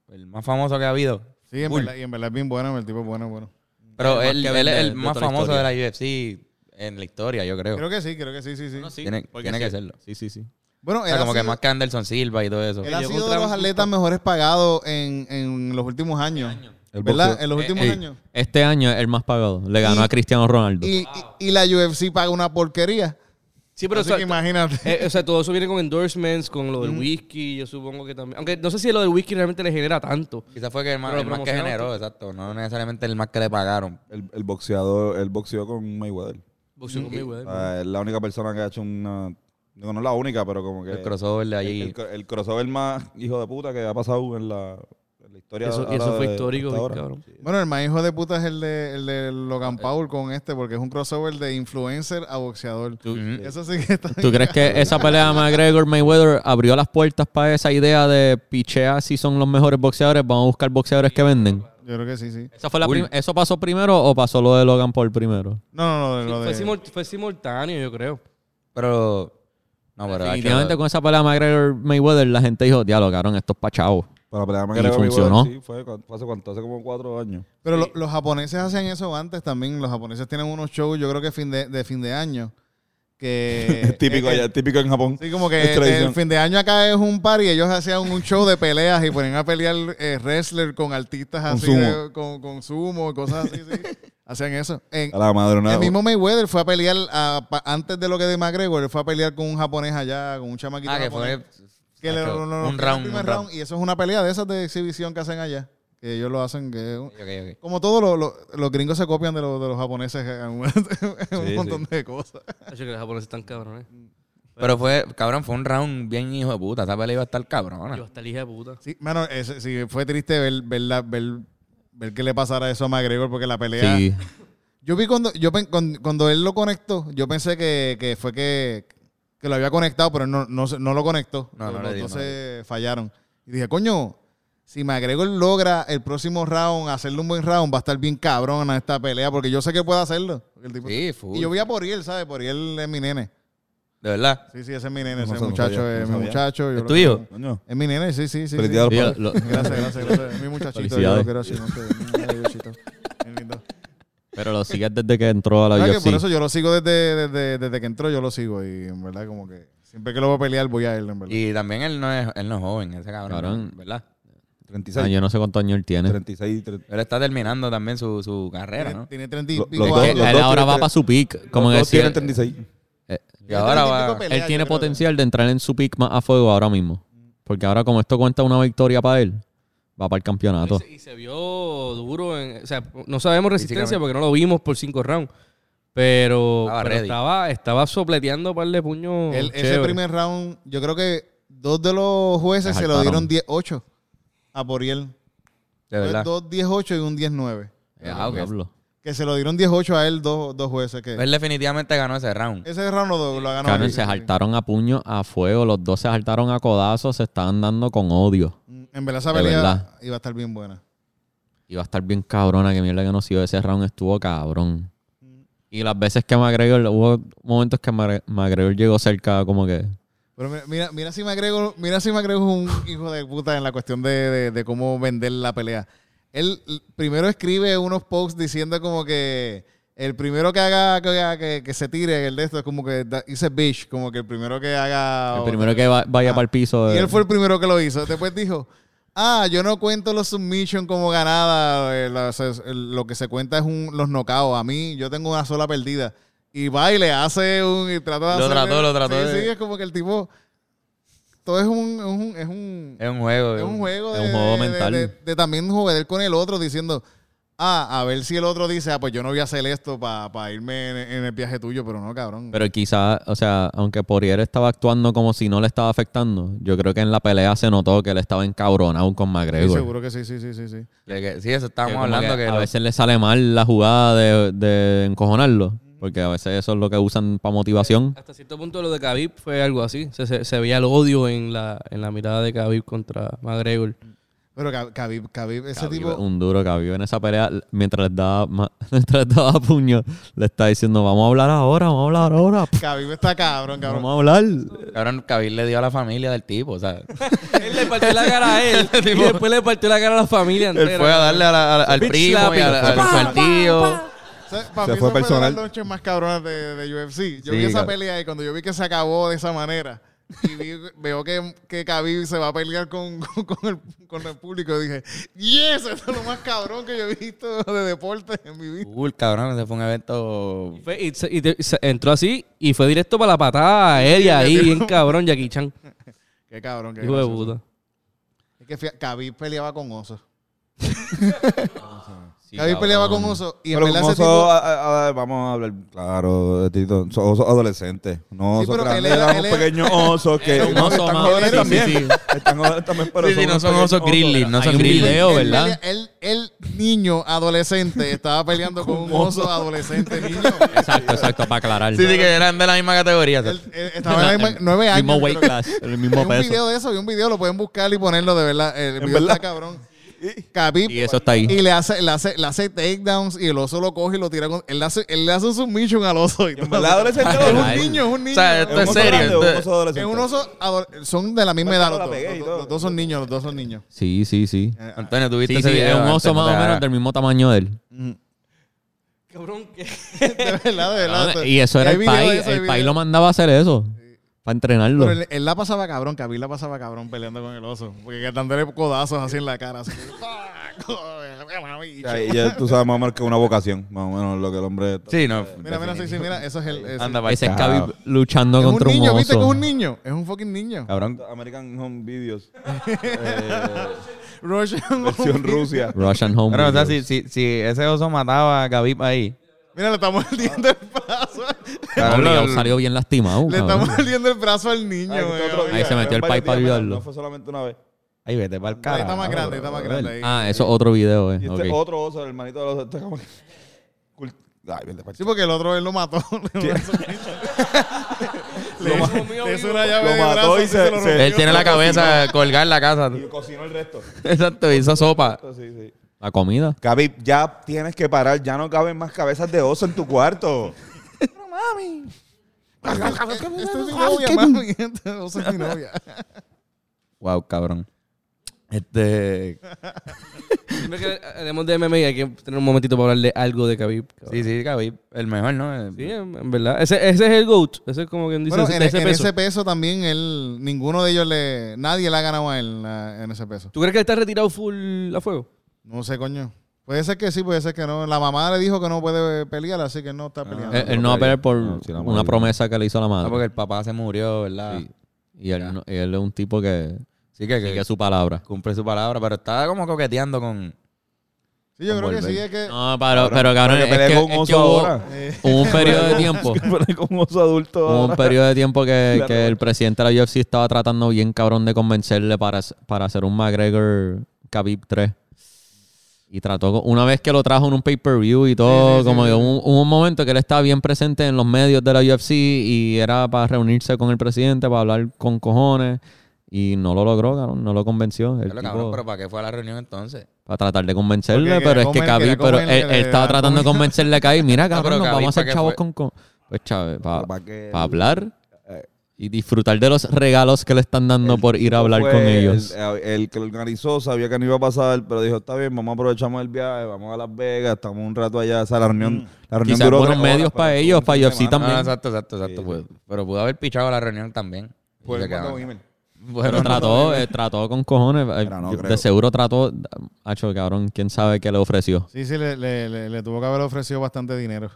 A: El más famoso que ha habido.
D: sí, en
A: Bull.
D: verdad, y en verdad es bien bueno, el tipo es bueno, bueno.
A: Pero
E: El más
A: él,
E: que
A: él
E: vende
A: es
E: de
A: el más
E: toda la
A: famoso de
E: historia.
A: la UFC en la historia, yo creo.
D: Creo que sí, creo que sí, sí, sí.
A: Tiene- tiene que serlo.
E: Sí, sí, sí.
D: Bueno,
A: O
D: él
A: sea,
D: ha
A: como que
D: sido-
A: más que Anderson Silva y todo eso.
D: Él ha
B: llegó
D: sido de
B: Travis
D: los atletas mejores pagados en, en los últimos años.
A: El
D: ¿Verdad?
A: boxeo.
D: En los últimos
E: Ey,
D: años.
E: Este año es el más pagado. Le ganó
D: Y-
E: a Cristiano Ronaldo.
D: Y, y- y la UFC paga una porquería.
B: Sí, pero
D: Así
B: o sea,
D: que imagínate.
B: eh, o sea, todo eso viene con endorsements, con lo del whisky, yo supongo que también. Aunque no sé si lo del whisky realmente le genera tanto.
A: Quizás fue que el, más,
B: Pero lo
A: el más que
B: promocionaron.
A: generó, exacto. No necesariamente el más que le pagaron.
C: El, el boxeador, el boxeó con Mayweather.
B: Boxeo con Mayweather.
C: Ah, es la única persona que ha hecho una... No, no es la única, pero como que...
A: El crossover de allí.
C: El, el- el crossover más hijo de puta que ha pasado en la, en la historia.
B: Eso,
C: ahora
B: eso
C: de-
B: fue histórico,
C: hasta ahora.
B: cabrón.
D: Bueno, el más hijo de puta es el de, el de Logan Paul con este, porque es un crossover de influencer a boxeador.
A: Ujú.
D: Eso sí que está.
E: ¿Tú crees que esa pelea de McGregor Mayweather abrió las puertas para esa idea de pichea si son los mejores boxeadores? Vamos a buscar boxeadores que venden.
D: Yo creo que sí, sí.
E: ¿Esa fue la prim- ¿Eso pasó primero o pasó lo de Logan Paul primero?
D: No, no, no. de
B: Sí,
D: lo
B: fue,
D: de-
B: simul- fue simultáneo, yo creo.
A: Pero. No, pero. ah, hacho,
E: Definitivamente con esa pelea de McGregor Mayweather la gente dijo, diablo, cabrón, esto es pa' chavos".
C: Para pelear más
E: Y
C: que la-
E: funcionó.
C: Sí, fue, cu- fue hace cuánto, hace como cuatro años.
D: Pero lo- los japoneses hacen eso antes también. Los japoneses tienen unos shows, yo creo que fin de, de fin de año. Que
C: Es típico
D: es-
C: allá, es típico en Japón.
D: Sí, como que eh,
C: Es tradición.
D: el fin de año acá es un par y ellos hacían un show de peleas y ponían a pelear eh, wrestler con artistas así,
C: Con sumo.
D: de- con, con sumo y cosas así. sí. Hacían eso. En-
C: A la madre, una-
D: el mismo Mayweather fue a pelear, a- pa- antes de lo que de McGregor, él fue a pelear con un japonés allá, con un chamaquito
A: Ah, que
D: japonés,
A: fue.
D: que le-
A: hacho,
D: lo- lo- lo-
A: un
D: fue el
A: round.
D: primer
A: Un round.
D: Y eso es una pelea de esas de exhibición que hacen allá. Que ellos lo hacen. que-
A: Ok, ok.
D: como todos los- los- los gringos se copian de, los- de los japoneses en un, en un
C: Sí,
D: montón de cosas.
B: Acho, que los japoneses están cabrones.
A: Pero fue, cabrón, fue un round bien hijo de puta. Esa pelea iba a estar
B: Yo
A: cabrona.
B: hasta el hija de puta.
D: Sí, mano, ese- sí, fue triste ver, ver, la- ver, ver qué le pasara eso a McGregor porque la pelea.
E: Sí.
D: Yo vi cuando, yo pen- cuando, cuando él lo conectó, yo pensé que, que fue que, que lo había conectado, pero no, no, se- no lo conectó.
A: No, no
D: Los
A: le dio,
D: dos
A: no le
D: se fallaron. Y dije, coño, si McGregor logra el próximo round, hacerle un buen round, va a estar bien cabrón a esta pelea porque yo sé que puede hacerlo. El tipo-
A: Sí, full.
D: y yo vi a Poriel, ¿sabes? Poriel es mi nene.
A: De verdad.
D: Sí, sí, ese es mi nene,
C: No
D: ese
C: sabía,
D: muchacho
C: no
D: es mi
C: sabía.
D: muchacho. yo
A: ¿Es
D: lo
A: tu
D: quiero.
A: hijo?
C: Coño,
D: Es mi nene, sí, sí, sí. sí.
C: felicidades
E: Digo,
C: para-
E: lo-
D: Gracias, gracias, gracias. Mi muchachito, yo lo
E: Felicidades.
D: quiero así, no sé, mi muchachito. Bien lindo.
E: pero lo sigues desde que entró a la
D: ¿Sabes que Por
E: UFC.
D: eso yo lo sigo desde, desde, desde que entró, yo lo sigo. Y en verdad, como que siempre que lo voy a pelear, voy a él, en verdad.
A: Y también él no es, él no es joven, ese cabrón.
E: Cabrón.
A: ¿Verdad?
C: 36,
E: Ah, yo no sé cuántos años él tiene.
C: 36, 30.
A: Él está terminando también su, su carrera,
D: Tiene,
A: ¿no?
D: tiene 30 y
C: Lo-
D: pico
C: los
E: Que
C: dos-
D: años.
E: él
C: los
E: ahora va
C: tienen-
E: para su peak. Como
C: Los
E: que
C: dos
E: si-
C: tienen 36.
E: eh,
A: Y ahora
D: Tiene
A: va.
D: típico pelea,
E: él
D: yo
E: tiene
D: creo que-
E: potencial de entrar en su peak más a fuego ahora mismo. Porque ahora como esto cuenta una victoria para él, va para el
B: Y
E: campeonato.
B: se, y se vio duro. En, o sea, no sabemos resistencia porque no lo vimos por cinco rounds. Pero,
A: Estaba
B: pero
A: ready.
B: estaba, estaba sopleteando un par de puños.
D: El- ese
B: chéveres.
D: primer round, yo creo que dos de los jueces
E: Le
D: se lo dieron
E: saltaron.
D: 10-8 a Poriel.
A: De verdad.
D: Dos 10-8 y un 10-9.
A: Ah, ok.
E: Diablo.
D: Que se lo dieron 18 a él dos, dos jueces. Que
A: Él definitivamente ganó ese round.
D: ese round lo, lo ganó.
E: Cabrón,
D: él.
E: se saltaron a puño, a fuego. Los dos se saltaron a codazos. Se estaban dando con odio.
D: Mm, En verdad esa
E: De
D: pelea
E: verdad.
D: iba a estar bien buena.
E: Iba a estar bien cabrona. Que mierda que no siguió ese round. Estuvo cabrón. Y las veces que McGregor... Hubo momentos que Magre- McGregor llegó cerca como que...
D: Pero mira- mira, mira si McGregor, mira si McGregor es un hijo de puta en la cuestión de, de- de cómo vender la pelea. Él l- primero escribe unos posts diciendo como que el primero que haga, que, haga- que- que se tire el de esto es como que da- hice bitch, como que el primero que haga...
E: El primero que va- vaya
D: Ah.
E: para el piso...
D: Y
E: eh,
D: él fue el primero que lo hizo. Después dijo, ah, yo no cuento los submission como ganada. eh, la- se- el- lo que se cuenta es un, los knockouts. A mí, yo tengo una sola perdida. Y va y le hace un... Y trata de
A: Lo
D: hacerle-
A: trató, lo trató
D: Sí,
A: de-
D: sí, es como que el tipo... Todo es un... Es un, es un,
A: Es un juego.
D: es un juego
E: es
D: de...
E: un juego
D: de-
E: mental.
D: De, de también joder con el otro diciendo... Ah, a ver si el otro dice, ah, pues yo no voy a hacer esto para irme en, en el viaje tuyo, pero no, cabrón.
E: Pero quizás, o sea, aunque Poirier estaba actuando como si no le estaba afectando, yo creo que en la pelea se notó que él estaba encabronado con
D: Sí,
E: McGregor.
D: seguro que sí, sí, sí, sí, sí.
A: De que- sí, eso estábamos
E: Que como
A: hablando.
E: que
A: Que
E: a
A: lo-
E: veces le sale mal la jugada de, de encojonarlo, porque a veces eso es lo que usan para motivación.
D: Este
B: Hasta cierto punto lo de Khabib fue algo así. Se, se- se veía el odio en la, en la mirada de Khabib contra McGregor.
D: Pero Khabib, Khabib, Khabib, ese
E: Khabib
D: tipo...
E: es Un duro que en esa pelea, mientras les daba, ma- mientras les daba puño, le está diciendo, vamos a hablar ahora, vamos a hablar ahora, p-
D: Khabib está cabrón, cabrón.
E: vamos a hablar.
A: Cabrón, Kabil le dio a la familia del tipo, o sea.
B: él le partió la cara a él y después le partió la cara a la familia entera.
A: Él fue a darle a la- a la- al
B: Bitch
A: primo y a la-
B: slapping.
A: al, al tío.
D: Se,
C: Se
D: para mí
C: fue
D: esa fue de las
C: personal.
D: noches más cabronas de, de UFC. Yo
A: Sí,
D: vi esa
A: cabrón.
D: pelea y cuando yo vi que se acabó de esa manera y vi- veo que, que Khabib se va a pelear con, con, con el, con el público, dije, yes, esto es lo más cabrón que yo he visto de deporte en mi vida.
A: Cool, cabrón, ese fue un evento.
B: Fue- y se- y te- se- entró así y fue directo para la patada aérea ahí, bien cabrón, Jackie Chan.
D: Qué cabrón, qué
B: Hijo de
D: gracioso.
B: puta.
D: Es que fia- Khabib peleaba con osos.
E: Sí,
D: Khabib
E: cabrón.
D: peleaba con osos y en
C: Pero
D: verdad
C: como
D: ese
C: oso,
D: tipo...
C: a- a- a- vamos a hablar, claro, de Tito. So- osos adolescentes. No
D: Sí,
C: osos
D: pero él
C: grandes,
D: era-
C: eran
D: él
C: unos
D: era-
C: pequeños osos que
E: Era un
C: no,
E: oso
C: están
E: más.
C: jóvenes
E: Sí,
C: también.
E: sí,
C: Están jóvenes también, pero
A: Sí, sí, no
C: unos
A: son
C: pequeños
A: osos grizzly, no
E: Hay
A: son
E: un
A: grizzly.
E: video.
D: él
E: ¿verdad?
D: pelea- él- el niño adolescente estaba peleando con un oso adolescente niño.
E: Exacto, exacto, para aclarar.
A: Sí, sí, que eran de la misma categoría. o sea.
D: Él- él estaba en la misma- nueve años.
E: mismo weight
D: creo que-
E: class, el
D: Hay
E: mismo
D: un
E: peso.
D: video de eso, vi un video, lo pueden buscar y ponerlo de verdad. El video
C: verdad.
D: está cabrón. Khabib-
E: Y eso está ahí.
D: Y le hace, le hace, le hace takedowns y el oso lo coge y lo tira con. Él le hace, él le hace un submission al oso. y
C: En
D: todo.
C: verdad, adolescentes,
D: es un
E: Ay.
D: niño, es un niño.
A: O sea,
C: Es un
A: esto
C: oso
A: serio,
C: grande, un oso
A: entonces-
D: es
C: adolescente.
D: un oso adolescente. Son de la misma edad los
C: la
D: dos.
C: pegué y
D: Los,
C: todo.
D: los dos son niños, los dos son niños.
E: Sí, sí, sí.
A: Antonio, tuviste
E: Sí,
A: ese
E: sí,
A: video.
E: es un
A: antes,
E: oso más
A: no
E: o
A: te
E: menos
A: hagas.
E: del mismo tamaño de él.
B: Cabrón, que
D: De verdad, de verdad.
E: Ah, Y eso
D: pues, Y
E: era
D: hay
E: el
D: video de
E: país.
D: eso, hay
E: El país
D: video.
E: lo mandaba a hacer eso. Para entrenarlo.
D: Pero él, él la pasaba cabrón, Khabib la pasaba cabrón peleando con el oso. Porque dándole codazos así en la cara. Así.
C: O sea, y ya tú sabes más o menos que una vocación, más o menos lo que el hombre...
A: Sí, no.
D: Mira, mira, sí, sí, mira. Eso es el. ese-
A: Anda,
E: Ese es
A: pa'l carajo.
E: Khabib luchando
D: Es un
E: contra un,
D: niño, ¿viste que es
E: oso.
D: un niño? Es un fucking niño.
A: Cabrón.
C: American Home Videos,
D: Russian
C: versión Rusia.
E: Russian Home.
A: Pero, o sea,
E: Videos.
A: si, si, si ese oso mataba a Khabib ahí.
D: Mira, le estamos mordiendo el brazo.
E: Cabrón,
A: cabrón,
E: obligado, salió bien lastimado.
D: Le
E: cabrón.
D: estamos mordiendo el brazo al niño,
C: Ay,
D: güey.
C: este otro día,
E: Ahí se metió el
C: varios
E: pai para
C: días, mira,
E: ayudarlo.
C: No fue solamente una vez.
A: Ahí vete para el
D: Ahí
A: cara.
D: está más grande, está más grande. ahí.
E: Ah, eso es otro video, eh.
C: Y este
E: ok.
C: otro oso, el hermanito de los... Este como... que- Cult- Ay, vete pa'l-
D: Sí, porque el otro él lo mató. le
C: Lo
D: hizo- le hizo una llave
C: lo
D: de
C: mató
D: brazo
C: y
D: y
C: se-
D: se lo
C: se-
D: rompió.
A: Él tiene la cabeza colgada en la casa.
C: Y cocinó el resto.
A: Exacto, hizo sopa.
C: Sí, sí.
E: La comida.
C: Khabib, ya tienes que parar. Ya no caben más cabezas de oso en tu cuarto.
D: Esta Este es mi novia, mami. Esta no este es mi novia.
A: Wow, cabrón. Este.
B: Siempre que hablemos de MMA hay que tener un momentito para hablarle algo de Khabib. cabrón.
A: Sí, sí, Khabib. El mejor, ¿no?
B: Sí, en, en verdad. Ese, ese es el GOAT. Ese es como quien dice
D: Bueno,
B: ese,
D: en, e-
B: ese
D: en
B: peso.
D: ese peso también él, ninguno de ellos le, nadie le ha ganado a él la- en ese peso.
B: ¿Tú crees que él está retirado full a fuego?
D: No sé, coño. Puede ser que sí, puede ser que no. La mamá le dijo que no puede pelear, así que no está peleando.
E: Eh, él, no va a pelear por
C: No, sí, la
E: una
C: madre.
E: promesa que le hizo la
A: Ah,
E: madre.
A: porque el papá se murió, ¿verdad?
E: Sí. Y él, no- y él es un tipo que
A: Sí, que, que
E: sigue su palabra.
A: cumple su palabra, pero está como coqueteando con.
D: sí, yo creo que
A: volver.
D: sí, es que...
E: No, pero, pero cabrón,
C: Porque
E: es
C: peleé
E: que,
C: con un
E: es que
C: oso
E: hubo,
C: ahora.
D: eh,
E: hubo un periodo de tiempo.
C: Peleé con un oso adulto.
E: Hubo un periodo de tiempo que,
C: La
E: que el presidente de la UFC estaba tratando bien cabrón de convencerle para, para hacer un McGregor Khabib 3. Y trató, con- una vez que lo trajo en un pay-per-view y todo, como que hubo un, hubo un momento que él estaba bien presente en los medios de la UFC y era para reunirse con el presidente, para hablar con cojones. Y no lo logró, cabrón, no lo convenció. El
A: Claro,
E: tipo-
A: cabrón, pero ¿para qué fue a la reunión entonces?
E: para tratar de convencerle,
D: Porque
E: pero es que
D: quería
E: Khabib,
D: comer-
E: pero
D: quería
E: él,
D: comer,
E: él
D: le- le
E: estaba
D: da
E: tratando de
D: comida.
E: convencerle a Khabib, mira,
A: pero
E: cabrón, nos
A: Khabib,
E: vamos a
A: ¿pa'
E: hacer
A: qué
E: chavos
A: fue?
E: con, con- pues chave, para
C: ¿Para qué?
E: hablar y disfrutar de los regalos que le están dando por ir a hablar
C: Fue
E: con
C: el-
E: ellos.
C: El, el que lo organizó sabía que no iba a pasar, pero dijo, está bien, vamos aprovechamos el viaje, vamos a Las Vegas, estamos un rato allá. O sea, la reunión, la reunión
E: Quizás
C: duró
E: buenos
C: tres horas,
E: medios
C: pero
E: para
C: estuvo
E: ellos,
C: en
E: para
C: fin de
E: UFC
C: semana.
E: también.
A: No, no, Ah, exacto, exacto, exacto. pues. Pero pudo haber pichado a la reunión también.
C: Por
A: Se
C: el
A: quedaba-
C: cuarto email.
E: Pero trató, eh, trató con cojones. eh,
C: Pero no
E: yo- de
C: creo.
E: seguro trató, hacho, cabrón, quién sabe qué le ofreció.
D: Sí, sí, le, le- le- le tuvo que haber ofrecido bastante dinero.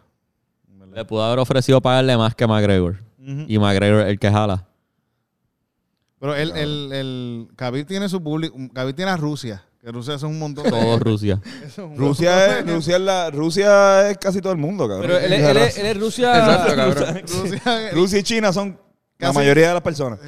E: Le pudo haber ofrecido pagarle más que a McGregor. Y McGregor el que jala.
D: Pero el, el, el Khabib tiene su público. Khabib tiene a Rusia. Que Rusia es un montón de.
E: Todo Rusia.
D: eso es un
C: Rusia es, Rusia, es la, Rusia es casi todo el mundo, cabrón.
B: Pero él, es- él es- él es Rusia.
A: Exacto, cabrón.
D: Rusia es-
C: Rusia y China son la
D: Casi-
C: mayoría de las personas.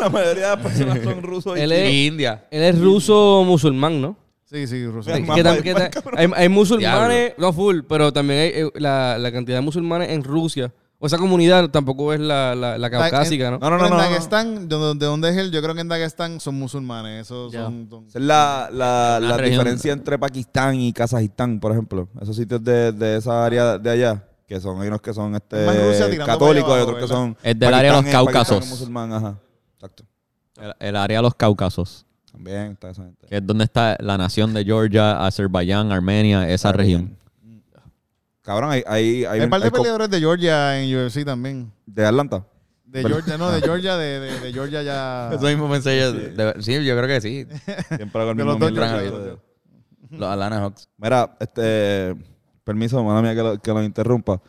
C: la mayoría de las personas son rusos y
B: Él
C: chinos.
B: es-
A: Y India.
B: Él es ruso musulmán, ¿no?
D: Sí, sí, Rusia.
C: Sí.
B: Que
C: Mamá
B: tam-
C: de
B: que
C: pan,
B: ta- hay, hay musulmanes, no full, pero también hay eh, la, la cantidad de musulmanes en Rusia. O esa comunidad tampoco es la, la, la caucásica, ¿no?
C: No, no, no,
D: Pero
C: no, no.
D: En Dagestán, de donde, de donde es él, yo creo que en Dagestán son musulmanes. Esos
E: Ya.
D: son. son-
C: Esa es la, la,
E: Una
C: la
E: región-
C: diferencia entre Pakistán y Kazajistán, por ejemplo. Esos sitios de, de esa área de allá, que son hay unos que son este,
D: Más Rusia tirando
C: católicos
D: para
C: y
D: allá
C: otros que
D: abajo,
C: son...
E: Es del área de los
C: Pakistán es- Pakistán
E: Cáucasos.
C: es musulmán, ajá. Exacto.
E: El, el área de los Cáucasos,
C: También está esa gente.
E: que es donde está la nación de Georgia, Azerbaiyán, Armenia, esa región.
C: Cabrón, hay... Hay, hay
D: Hay un par de
C: hay co-
D: peleadores de Georgia en UFC también.
C: de Atlanta.
D: De
C: Pero-
D: Georgia, no, de Georgia, de, de, de Georgia ya.
A: Eso mismo pensé yo. de- sí, yo creo que sí.
C: Siempre hago el
D: De
C: mismo
D: los dos,
C: mierda.
D: yo creo, yo creo.
A: Los Atlanta Hawks.
C: Mira, este. Permiso, mala mía que lo, que lo interrumpa.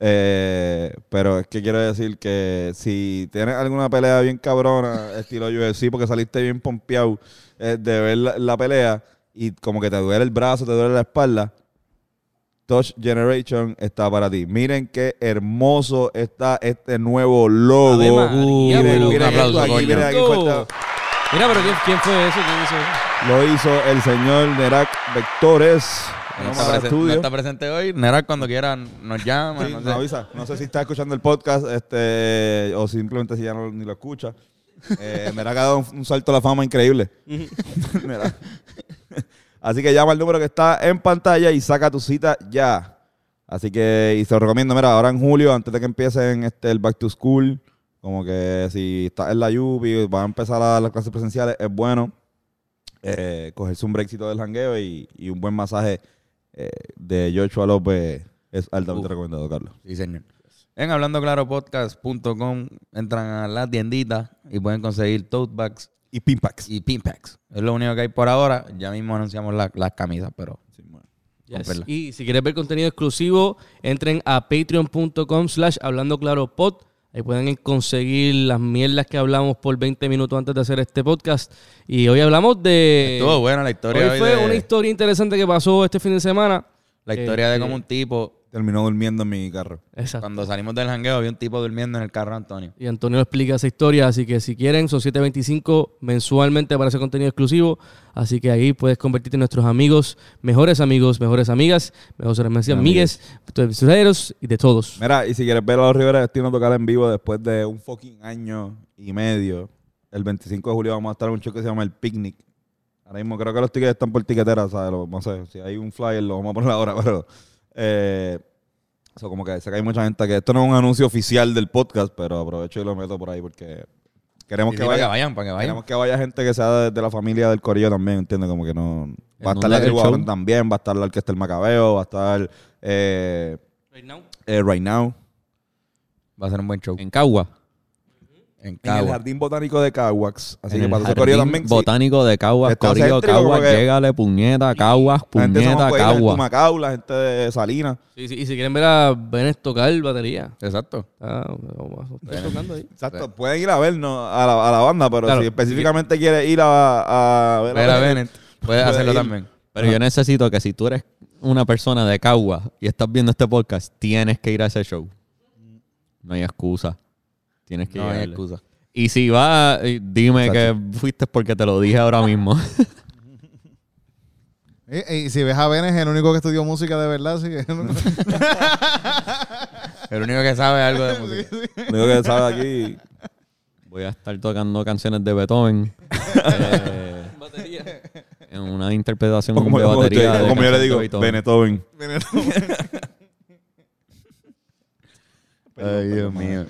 C: Eh, pero es que quiero decir que si tienes alguna pelea bien cabrona, estilo UFC, porque saliste bien pompeado eh, de ver la, la pelea y como que te duele el brazo, te duele la espalda, Touch Generation está para ti. Miren qué hermoso está este nuevo logo.
B: Ave María,
C: miren,
B: boludo.
C: miren
A: Un
C: esto
A: aplauso,
C: aquí,
A: coño.
C: miren aquí, falta-
B: Mira, pero ¿quién, quién fue eso? ¿Quién hizo eso?
C: Lo hizo el señor Nerak Vectores.
A: No
C: Vamos al
A: está, presen- no está presente hoy. Nera, cuando quiera nos llama.
C: Sí,
A: no
C: nos
A: sé.
C: avisa. No sé si está escuchando el podcast este, o simplemente si ya no, ni lo escucha. Eh, me ha dado un, un salto a la fama increíble. Mira. Así que llama al número que está en pantalla y saca tu cita ya. Así que, y se lo recomiendo, mira, ahora en julio, antes de que empiecen este, el Back to School, como que si estás en la Yupi, va a empezar a las clases presenciales, es bueno eh, cogerse un brexito del jangueo y, y un buen masaje eh, de Joshua López es altamente
A: Uf.
C: recomendado, Carlos.
A: Sí, señor. En hablandoclaropodcast.com entran a la tiendita y pueden conseguir tote bags
C: Y pinpacks.
A: y pin packs. Es lo único que hay por ahora. Ya mismo anunciamos la- las camisas, pero
B: Yes.
A: Comprela.
B: Y si quieres ver contenido exclusivo, entren a patreon.com slash hablando claro pod. Ahí pueden conseguir las mierdas que hablamos por 20 minutos antes de hacer este podcast. Y hoy hablamos de...
A: estuvo buena la historia.
B: hoy
A: hoy
B: fue
A: de-
B: una historia interesante que pasó este fin de semana.
A: La historia de
B: eh,
A: como un tipo,
C: Terminó durmiendo en mi carro.
B: Exacto.
A: cuando salimos del jangueo, había un tipo durmiendo en el carro de Antonio.
B: Y Antonio explica esa historia, así que si quieren, son 7.25 mensualmente para ese contenido exclusivo. Así que ahí puedes convertirte en nuestros amigos, mejores amigos, mejores amigas, mejores amigas, amigues, tesoreros y de todos.
C: Mira, y si quieres ver a los Rivera Destino tocar en vivo después de un fucking año y medio, el 25 de julio vamos a estar en un show que se llama El Picnic. Ahora mismo creo que los tickets están por tiquetera, ¿sabes? Lo- no sé, si hay un flyer lo vamos a poner ahora, pero... eh, eso como que sé que hay mucha gente que... Esto no es un anuncio oficial del podcast, pero aprovecho y lo meto por ahí porque... Queremos
A: Sí,
C: que
A: sí, para
C: vaya...
A: que vayan, para que vayan.
C: Queremos que vaya gente que sea de, de la familia del Corillo también, ¿entiendes? Como que no. Va a estar
E: ¿En dónde
C: la
E: es
C: tribu
E: el
C: Abraham
E: show?
C: también, va a estar la orquesta El Macabeo, va a estar eh, eh, Right Now.
A: Va a ser un buen show.
E: En Cagua.
A: En
C: En el
A: Cagua.
C: Jardín Botánico de Caguax. Así
E: en
C: que
E: el
C: para ese Corillo
E: Jardín
C: también. sí.
E: Botánico de Caguas,
C: Está
E: Corillo,
C: céntrico,
E: Caguas,
C: como que-
E: llégale, puñeta, Caguas,
C: La gente de
E: puñeta,
C: San Juan, la gente de
E: Caguas.
C: Humacao, la gente de Salinas.
B: Sí, sí, y si quieren ver a Benes tocar batería,
A: Exacto.
B: ah, vamos a estar tocando ahí.
C: Exacto, pueden ir a vernos a la, a la banda, pero
B: Claro.
C: si específicamente quieres ir a, a ver
A: Vera
C: a
A: Bennett puede
C: Puede
A: hacerlo
C: ir.
A: también.
E: Pero yo necesito que si tú eres una persona de Caguas y estás viendo este podcast, tienes que ir a ese show. No hay excusa. Tienes que
A: No hay
E: llegarle.
A: excusa.
E: Y si vas, eh, dime que fuiste porque te lo dije ahora mismo.
D: Y, y si ves a Ben es el único que estudió música de verdad, así que...
A: El único que sabe algo de música.
C: Lo único que sabe aquí.
E: Voy a estar tocando canciones de Beethoven. eh, en una interpretación
C: Como,
E: de
C: como
E: batería.
C: usted-
E: de
C: como yo le
E: canciones de
C: digo,
E: Beethoven.
C: Beethoven.
A: Ay, Dios mío.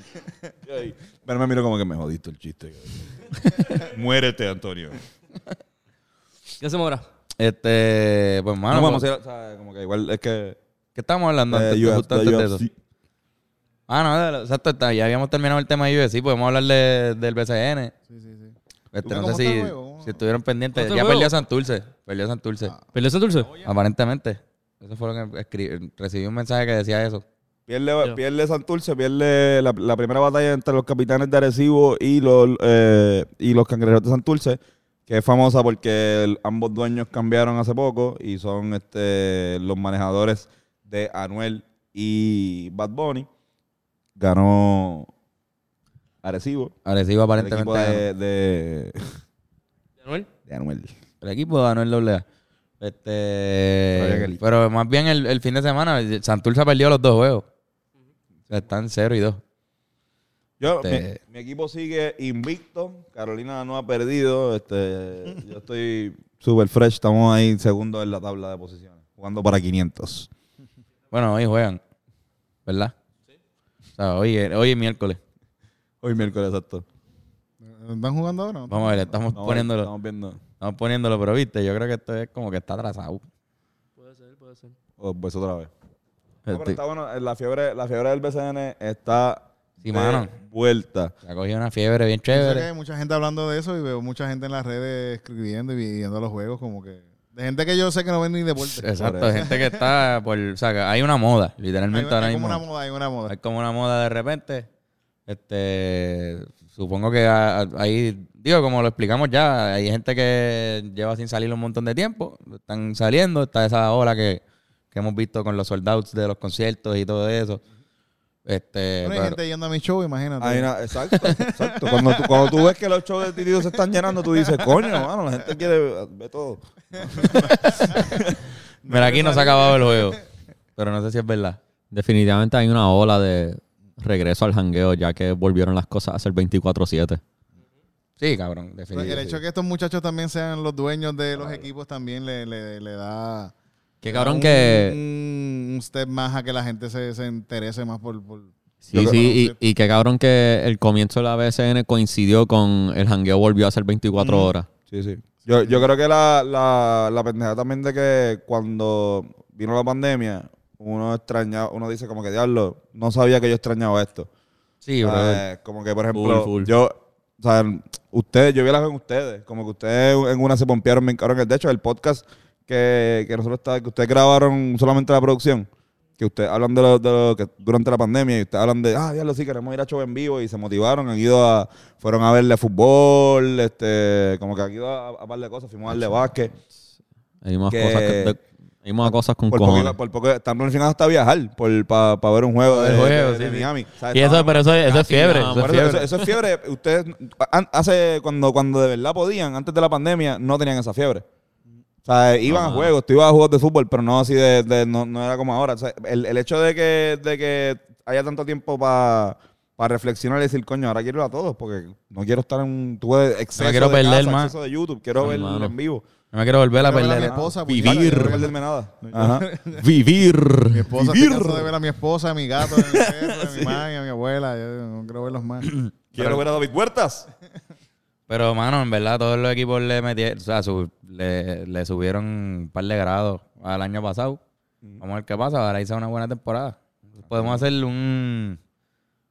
C: Pero me miro como que me jodiste el chiste. cabrón. Muérete, Antonio.
B: ¿Qué hacemos ahora?
A: Este, pues, mano,
C: no, vamos
A: pues,
C: a ir, o sea, como que igual es que...
A: ¿qué estamos hablando antes,
C: eh, you have-
A: justo antes
C: you
A: de
C: have-
A: eso?
C: sí.
A: Ah, no, dale, exacto, está, ya habíamos terminado el tema de UFC, podemos hablar de- del BCN.
D: Sí, sí, sí.
A: Este,
D: ¿Cómo
A: no sé
D: está
A: si,
D: el juego?
A: si estuvieron pendientes.
B: ¿Cómo está
A: Ya
B: el
A: perdió
B: juego?
A: Santurce, perdió Santurce,
C: Ah,
B: ¿Perdió San Dulce?
A: aparentemente. Eso fue lo que escri- recibí un mensaje que decía eso.
C: Pierde,
B: Yo.
C: pierde Santurce, pierde la, la primera batalla entre los capitanes de Arecibo y los, eh, y los cangrejeros de Santurce, que es famosa porque el- ambos dueños cambiaron hace poco y son este, los manejadores de Anuel y Bad Bunny. Ganó Arecibo,
A: Arecibo
C: el equipo
A: aparentemente ganó.
C: de, de,
B: ¿Manuel?
C: de Anuel.
A: El equipo ganó el doble A.
C: Sabía que el-
A: Este, pero más bien el, el fin de semana, Santurce perdió los dos juegos. O sea, están 0 y 2.
C: Yo,
A: Este-
C: mi, mi equipo sigue invicto. Carolina no ha perdido. Este, yo estoy super fresh. Estamos ahí segundo en la tabla de posiciones. Jugando para 500.
A: Bueno, hoy juegan, ¿verdad? Sí. O sea, hoy, hoy es miércoles.
C: Hoy miércoles, exacto.
D: ¿Están jugando ahora? o no?
A: Vamos a ver, estamos
C: Estamos-
A: poniéndolo.
C: Estamos viendo.
A: Estamos poniéndolo, pero viste, yo creo que esto es como que está atrasado.
B: Puede ser, puede ser.
C: Oh, pues otra vez. No, pero
A: Este,
C: está bueno. eh, La fiebre, la fiebre del BCN está
A: Sí,
C: de
A: mano.
C: vuelta.
A: se ha cogido una fiebre bien
D: Yo sé que
A: chévere.
D: hay mucha gente hablando de eso y veo mucha gente en las redes escribiendo y viendo los juegos como que... De gente que yo sé que no ve ni deporte.
A: Exacto,
C: Por eso.
A: gente que está por. O sea, que hay una moda,
D: Hay,
A: literalmente ahora
D: hay como
A: mismo.
D: una moda, hay una moda.
A: Hay como una moda de repente. Este, supongo que a- a- ahí, digo, como lo explicamos ya, hay gente que lleva sin salir un montón de tiempo, están saliendo, está esa ola que, que hemos visto con los sold outs de los conciertos y todo eso. Este,
D: Bueno, hay
A: pero-
D: gente yendo a mi show, imagínate.
C: Hay una- exacto, exacto. Cuando tú, cuando tú ves que los shows de Titito se están llenando, tú dices, coño, mano, la gente quiere ver todo.
A: mira, aquí no se ha acabado el juego, pero no sé si es verdad.
E: Definitivamente hay una ola de regreso al jangueo, ya que volvieron las cosas a ser 24-7.
A: Sí, cabrón,
D: O sea,
A: definitivo.
D: el hecho de que estos muchachos también sean los dueños de los equipos también le, le, le da...
E: Qué cabrón
D: un-
E: que...
D: Un, un step más a que la gente se, se interese más por... por
E: Sí, sí, y, y qué cabrón que el comienzo de la BCN coincidió con el jangueo volvió a ser 24 horas.
C: Sí, sí. Yo, yo creo que la, la, la pendeja también de que cuando vino la pandemia, uno extraña, uno dice como que diablo, no sabía que yo extrañaba esto.
A: Sí, bro.
C: Eh, como que, por ejemplo,
E: Full, full.
C: yo, o sea, ustedes, yo vi las con ustedes, como que ustedes en una se pompearon bien cabrón. De hecho, el podcast que, que nosotros está, que ustedes grabaron solamente la producción, que ustedes hablan de lo, de lo que durante la pandemia y ustedes hablan de, ah, diablo, sí, queremos ir a show en vivo y se motivaron, han ido a, fueron a verle fútbol, este, como que han ido a, a par de cosas, fuimos a darle básquet.
E: Hay más
C: Que-
E: cosas que... de- hay más cosas con
C: Por poco,
E: cojones.
C: iba- por poco, están planificando hasta viajar para ver un juego de,
A: El juego,
C: de- de
A: sí, sí.
C: Miami. O sea,
A: Y
C: estaban-
A: eso, pero eso, eso es
E: Casi
A: fiebre.
E: nada
A: Eso es
E: más.
C: Por eso,
A: fiebre.
C: eso, eso es fiebre. Ustedes, an- hace cuando, cuando de verdad podían, antes de la pandemia, no tenían esa fiebre. O sea, iban a juegos, tú ibas a juegos de fútbol, pero no así de, de- no, no era como ahora. O sea, el, el hecho de que, de que haya tanto tiempo para reflexionar y decir, coño, ahora quiero ir a todos, porque no quiero estar en un tuve de exceso,
A: quiero
C: de
A: perder
C: casa,
A: más.
C: exceso de YouTube, quiero
E: Sí,
C: ver
E: mano.
C: en vivo.
A: No me quiero volver a
D: Quiero ver a mi
A: perder.
D: esposa. pues,
E: Vivir.
C: No
D: puñeta, quiero
C: quiero
D: ver-
C: perderme nada. Ajá.
E: Vivir.
D: Mi esposa se
E: Vivir.
D: cansó de ver a mi esposa, a mi gato, a mi perro, a mi madre, a mi abuela. Yo no quiero verlos más.
C: Quiero ver a David Huertas.
A: Pero, mano, en verdad todos los equipos le metieron, o sea, su- le, le subieron un par de grados al año pasado. Vamos a ver qué pasa. Ahora hizo una buena temporada. Podemos hacer un,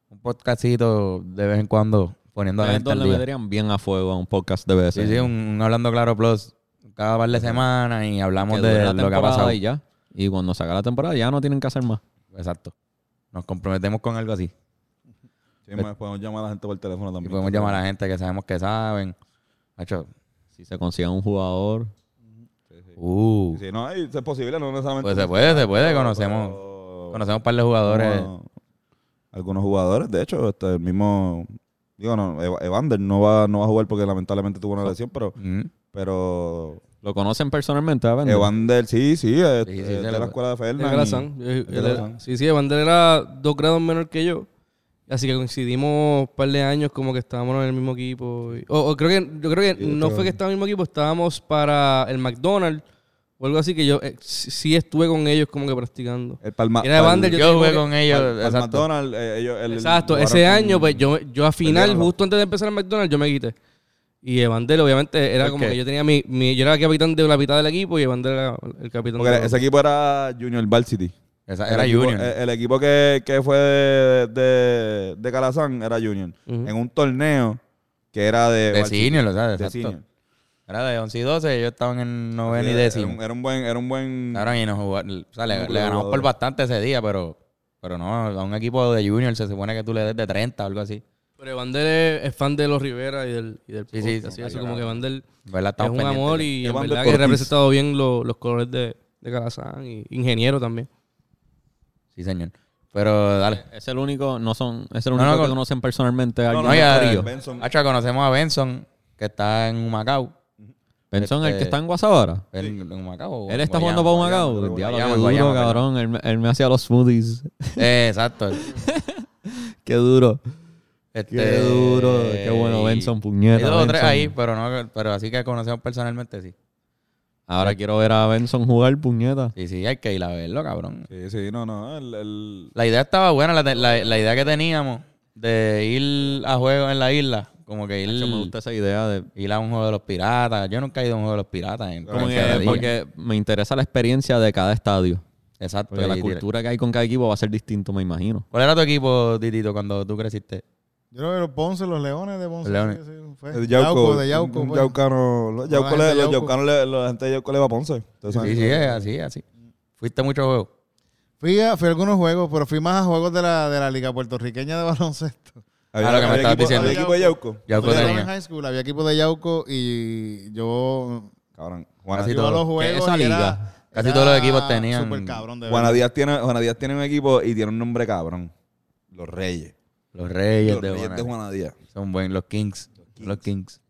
A: un podcastito de vez en cuando poniendo a la gente
E: Estos
A: al
E: le
A: día.
E: meterían bien a fuego a un podcast de BCN.
A: Sí, sí, un, un Hablando Claro Plus cada par de semanas y hablamos
E: Que dure
A: de
E: la
A: lo que ha
E: temporada
A: pasado.
E: Y ya. Y cuando se acabe la temporada ya no tienen que hacer más.
A: Exacto. Nos comprometemos con algo así.
C: Sí, más, podemos llamar a la gente por teléfono
A: Y
C: también.
A: podemos llamar a la gente que sabemos que saben. Hacho,
E: Si se consigue un jugador.
A: uh,
C: Sí, no, y eso es posible, no necesariamente.
A: Pues se puede, se puede. Conocemos,
C: Pero-
A: conocemos un par de jugadores.
C: Como algunos jugadores, de hecho, este, el mismo, digo, no, Eva- Evander no va, no va a jugar porque lamentablemente tuvo una lesión, pero,
A: Mm.
C: pero
E: ¿Lo conocen personalmente? Evander?
C: Evander, sí, sí, es,
A: Sí, sí,
C: es
A: se
C: de
A: lo-
C: la escuela de
B: De
C: Fernan.
B: Grazán. Eh,
C: de
B: él era-
C: Grazán.
B: Sí, sí, Evander era dos grados menor que yo. Así que coincidimos un par de años como que estábamos en el mismo equipo. y- o, o creo que, yo creo que no fue que estábamos en el mismo equipo, estábamos para el McDonald's o algo así que yo eh, sí sí estuve con ellos como que practicando.
C: El Palma,
B: Era Evander,
C: pal-
A: Yo,
B: Yo tengo
A: jugué
B: que-
A: con ellos.
C: pal-
A: exacto.
C: Palmadonald, eh, ellos- el- el-
B: Exacto,
C: jugaron
B: ese
C: con-
B: año pues yo, yo a final,
C: Perdieron la-
B: justo antes de empezar el McDonald's, yo me quité. Y Evander obviamente era
A: ¿Por
B: como
A: qué?
B: que yo tenía mi, mi- yo era el capitán de la mitad del equipo y Evander era el capitán
C: Porque
B: de la
C: ese equipo era Junior Varsity.
A: Esa-
C: El
A: era
C: equipo-
A: Junior.
C: El, el equipo que, que fue de, de, de Calazán era Junior.
B: Ujú.
C: En un torneo que era de.
A: de
C: varsity,
A: senior, o sea,
C: eh, de
A: exacto.
C: senior.
A: Era de 11 y 12, ellos estaban en noveno y
C: Era- Era,
A: décimo.
C: un, era un buen. Era un buen
A: Cabrón, y nos jugaron- o sea, le,
C: Un
A: le ganamos por
C: jugador.
A: bastante ese día, pero, pero no, a un equipo de junior se supone que tú le des de 30 o algo así.
B: Pero Evander es, es fan de los Rivera y del, y del
A: Sí, sí,
B: podcast,
A: sí,
B: y eso
A: claro.
B: como que Evander
A: ¿Verdad?
B: es
A: Estamos
B: un
A: pendientes.
B: amor y en
C: Evander
B: verdad que ha
C: Ortiz.
B: representado bien lo- los colores de, de Calazán y ingeniero también.
A: Sí, señor. Pero dale.
E: Es el único, no son, es el
A: No,
E: único
A: no,
E: que
A: con-
E: conocen personalmente. a
C: No,
E: alguien
A: No,
E: del
A: ya, eh,
E: corillo.
C: Benson.
A: Hacho, conocemos a Benson, que está en Humacao.
E: Benson, el
A: este-
E: que está en Guasabara.
A: Él, en Humacao.
E: Él está jugando para un
C: Guayama,
E: Macao. Diablo,
A: Guayama,
E: qué
A: Guayama,
E: duro,
A: Guayama.
E: cabrón. Él, me- él me hacía los smoothies.
A: Eh, exacto.
E: qué duro.
A: Este,
E: Qué duro. Qué bueno,
A: y-
E: Benson,
A: Hay
E: puñeta.
A: dos o tres
E: Benson.
A: ahí, pero, no, pero así que conocemos personalmente, sí.
E: Ahora quiero ver a Benson jugar, puñeta.
A: Sí, sí, hay que ir a verlo, cabrón.
C: Sí, sí, no, no. El, el-
A: La idea estaba buena, la, te- la- la idea que teníamos de ir a juegos en la isla, como que
E: Nacho, me
A: ir,
E: gusta esa idea de
A: ir a un juego de los piratas. Yo nunca he ido a un juego de los piratas. En,
E: Como
A: en
E: que-
A: Carolina.
E: porque me interesa la experiencia de cada estadio.
A: Exacto.
E: Porque la
A: y-
E: cultura que hay con cada equipo va a ser distinto, me imagino.
A: ¿Cuál era tu equipo, Titito, cuando tú creciste?
D: Yo creo que los Ponce, los Leones de Ponce.
A: Leones.
D: sí, sí, fue.
C: el Yauco.
D: de Yauco.
C: un- un
D: fue.
C: Yaucano. Los
D: Como la
C: Yaucos le-
D: gente de
C: los
D: Yauco.
C: Yaucanos le- la gente de Yauco le va a Ponce. Ustedes saben.
A: Sí, sí, es así, así. ¿Fuiste a muchos juegos?
D: Fui a, fui a algunos juegos, pero fui más a juegos de la, de la Liga Puertorriqueña de Baloncesto.
C: Había,
A: Ah, lo que me
C: había
A: estabas
C: equipo,
A: diciendo.
C: había equipo de Yauco.
A: Yauco
D: Cuando yo estaba
A: tenía.
D: en high school había equipo de Yauco y yo
C: Cabrón. Juana,
A: Así
D: iba a
A: todo.
D: los
E: Que
D: juegos.
E: esa
D: y era-
E: liga,
A: casi
D: era
A: todos los equipos tenían-
D: Super cabrón, de
C: Juana
D: verdad.
C: Díaz tiene, Juana Díaz tiene un equipo y tiene un nombre cabrón. Los Reyes.
A: Los Reyes
C: los
A: de
C: Reyes de
A: Bonao.
C: Juana Díaz.
A: Son buenos, los Kings. Los Kings.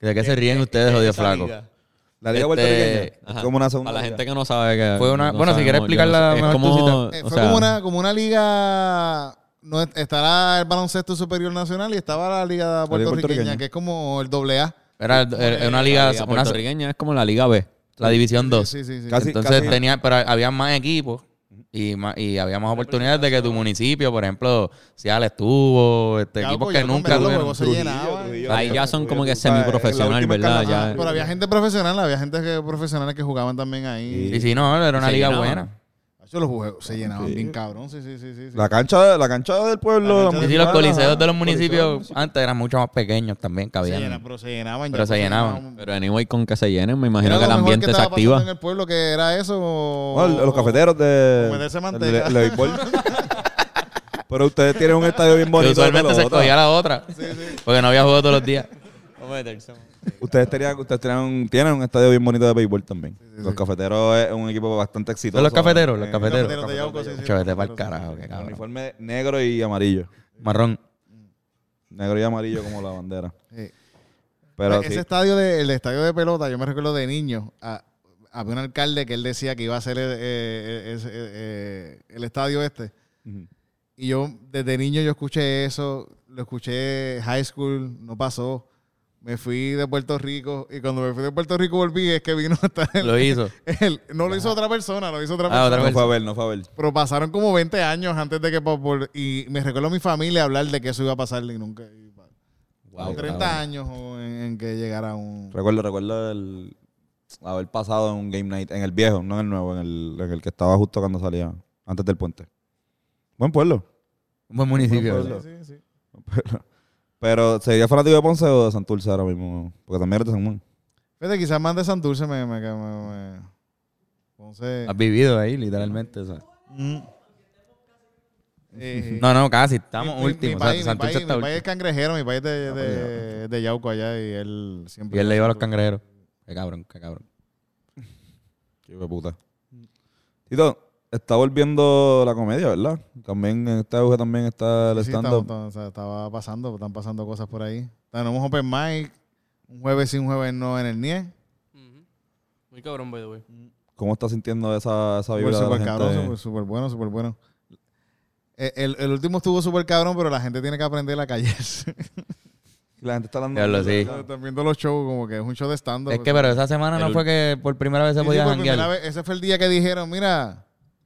A: ¿De qué se ríen ustedes, jodido flaco?
C: La Liga
A: Este,
C: Puertorriqueña.
E: Ajá.
C: Es como una segunda.
E: Para la
C: liga.
E: gente que no sabe que...
A: Fue una-
E: no
A: bueno, si quieres
E: sabemos, yo no
A: explicarla
E: sé.
A: mejor
E: Es
A: tú,
E: como...
D: Eh,
E: o
D: fue
E: sea,
D: como, una, como una liga. No, es- estará el baloncesto superior nacional y estaba la liga puertorriqueña,
C: puertorriqueña.
D: que es como el doble A.
A: Era, era una liga,
E: la
A: una-
E: liga puertorriqueña es como la Liga B.
A: la división 2.
D: Sí, sí, sí.
C: Casi-
A: Entonces
C: casi-
A: tenía, pero había más equipos y, más, y había más oportunidades de que tu municipio, por ejemplo, Seattle estuvo, este,
D: Yauco,
A: equipos que
D: Yauco, en
A: nunca
D: verdad, pues,
A: tuvieron.
D: los juegos se
C: Trujillo,
D: llenaban.
C: Trujillo,
E: Ahí ya son como que
C: tú sabes,
E: semiprofesional,
C: la última
E: ¿verdad?
C: escala-
E: Ah, Ya-
D: Pero había gente profesional, había gente que, profesionales que jugaban también ahí.
A: Y si no, era una
E: Se
A: liga
E: llenaban.
A: buena.
D: Yo los juegos se llenaban bien cabrón, sí, sí, sí, sí. sí.
C: La cancha, la cancha del pueblo.
D: La cancha
A: Y
D: del
A: si
D: Sí,
A: los
C: municipal,
A: coliseos
C: ajá,
A: de los
C: coliseos del
A: municipios
C: municipio.
A: antes eran mucho más pequeños también que
D: Se
A: habían.
D: llenaban, pero se llenaban.
A: Pero
D: ya,
A: se
D: pues,
A: llenaban.
E: Pero anyway, con que se llenen, me imagino
D: Era
E: que el
D: lo mejor
E: ambiente
D: que
E: se
D: estaba pasando
E: activa.
D: en el pueblo que era eso. o-
C: Bueno, los
D: o-
C: cafeteros de.
D: Comerse
C: de-
D: manteca.
C: de béisbol. Pero ustedes tienen un estadio bien
A: Que
C: bonito.
A: usualmente se
C: pelota.
A: escogía la otra. Porque no había juego todos los días.
C: Ustedes, tenían, ustedes tenían un- tienen un estadio bien bonito de béisbol también. Los cafeteros es un equipo bastante exitoso.
A: ¿Son los cafeteros? Los
C: Eh,
A: cafeteros.
D: cafeteros de Yauco, sí, sí,
A: Chavete
D: los
A: para el
D: cafeteros, sí.
A: carajo, qué
C: con
A: cabrón.
C: Uniforme negro y amarillo.
A: Marrón.
C: Negro y amarillo como la bandera.
D: Sí.
C: Pero
D: Pues, ese
C: sí.
D: estadio de, el estadio de pelota, yo me recuerdo de niño, a- había un alcalde que él decía que iba a hacer el, eh, ese, eh, el estadio este.
C: Ujú.
D: Y yo desde niño yo escuché eso, lo escuché high school, no pasó. Me fui de Puerto Rico y cuando me fui de Puerto Rico volví es que vino hasta él.
A: Lo hizo.
D: no lo hizo otra persona, lo hizo otra
A: Ah,
D: persona.
A: otra
C: No fue a ver, no fue a ver.
D: Pero pasaron como 20 años antes de que... por- por- y me recuerdo a mi familia hablar de que eso iba a pasar y nunca... y pa-
A: Wow,
D: 30
A: cabrón.
D: años o en, en que llegara un...
C: Recuerdo, recuerdo el haber pasado en un game night en el viejo, no en el nuevo, en el, en el que estaba justo cuando salía, antes del puente. Buen pueblo.
A: Un buen municipio.
C: Buen
A: ¿verdad?
C: pueblo.
D: Sí, sí, sí.
C: Pero, ¿sería fanático de Ponce o de Santurce ahora mismo? Porque también eres de San Juan.
D: Fíjate, quizás más de Santurce me... me, que me- me- Entonces...
A: Has vivido ahí, literalmente. o sea.
D: mm. Eh,
A: No, no, casi. Estamos
D: mi- mi- mi
A: últimos. o sea,
D: país- mi
A: Santurce
D: país-
A: está último. Ah,
D: mi país
A: pues,
D: es cangrejero, mi país de, de, de Yauco allá y él siempre...
A: Y él le iba a los cangrejeros. Qué cabrón, qué cabrón.
C: Qué hijo de puta. Tito, está volviendo la comedia, ¿verdad? También en esta auge también está el
D: Sí,
C: stand-up.
D: estaba- estaba- estaba pasando, están pasando cosas por ahí. Tenemos open mic, un jueves sí, un jueves no en el NIE.
B: Muy cabrón, by the way.
C: ¿Cómo estás sintiendo esa, esa
D: Súper
C: vibra? de la
D: súper
C: gente?
D: cabrón, súper- súper bueno, súper bueno. Eh, El, el último estuvo súper cabrón, pero la gente tiene que aprender a callarse.
C: La gente está hablando.
A: Diablo, sí.
D: Están viendo los shows, como que es un show de stand-up.
A: Es que, pero esa semana no
E: El
A: fue que por primera vez se
D: Sí, sí,
A: podía
D: por primera
A: janguear.
D: vez- Ese fue el día que dijeron, mira,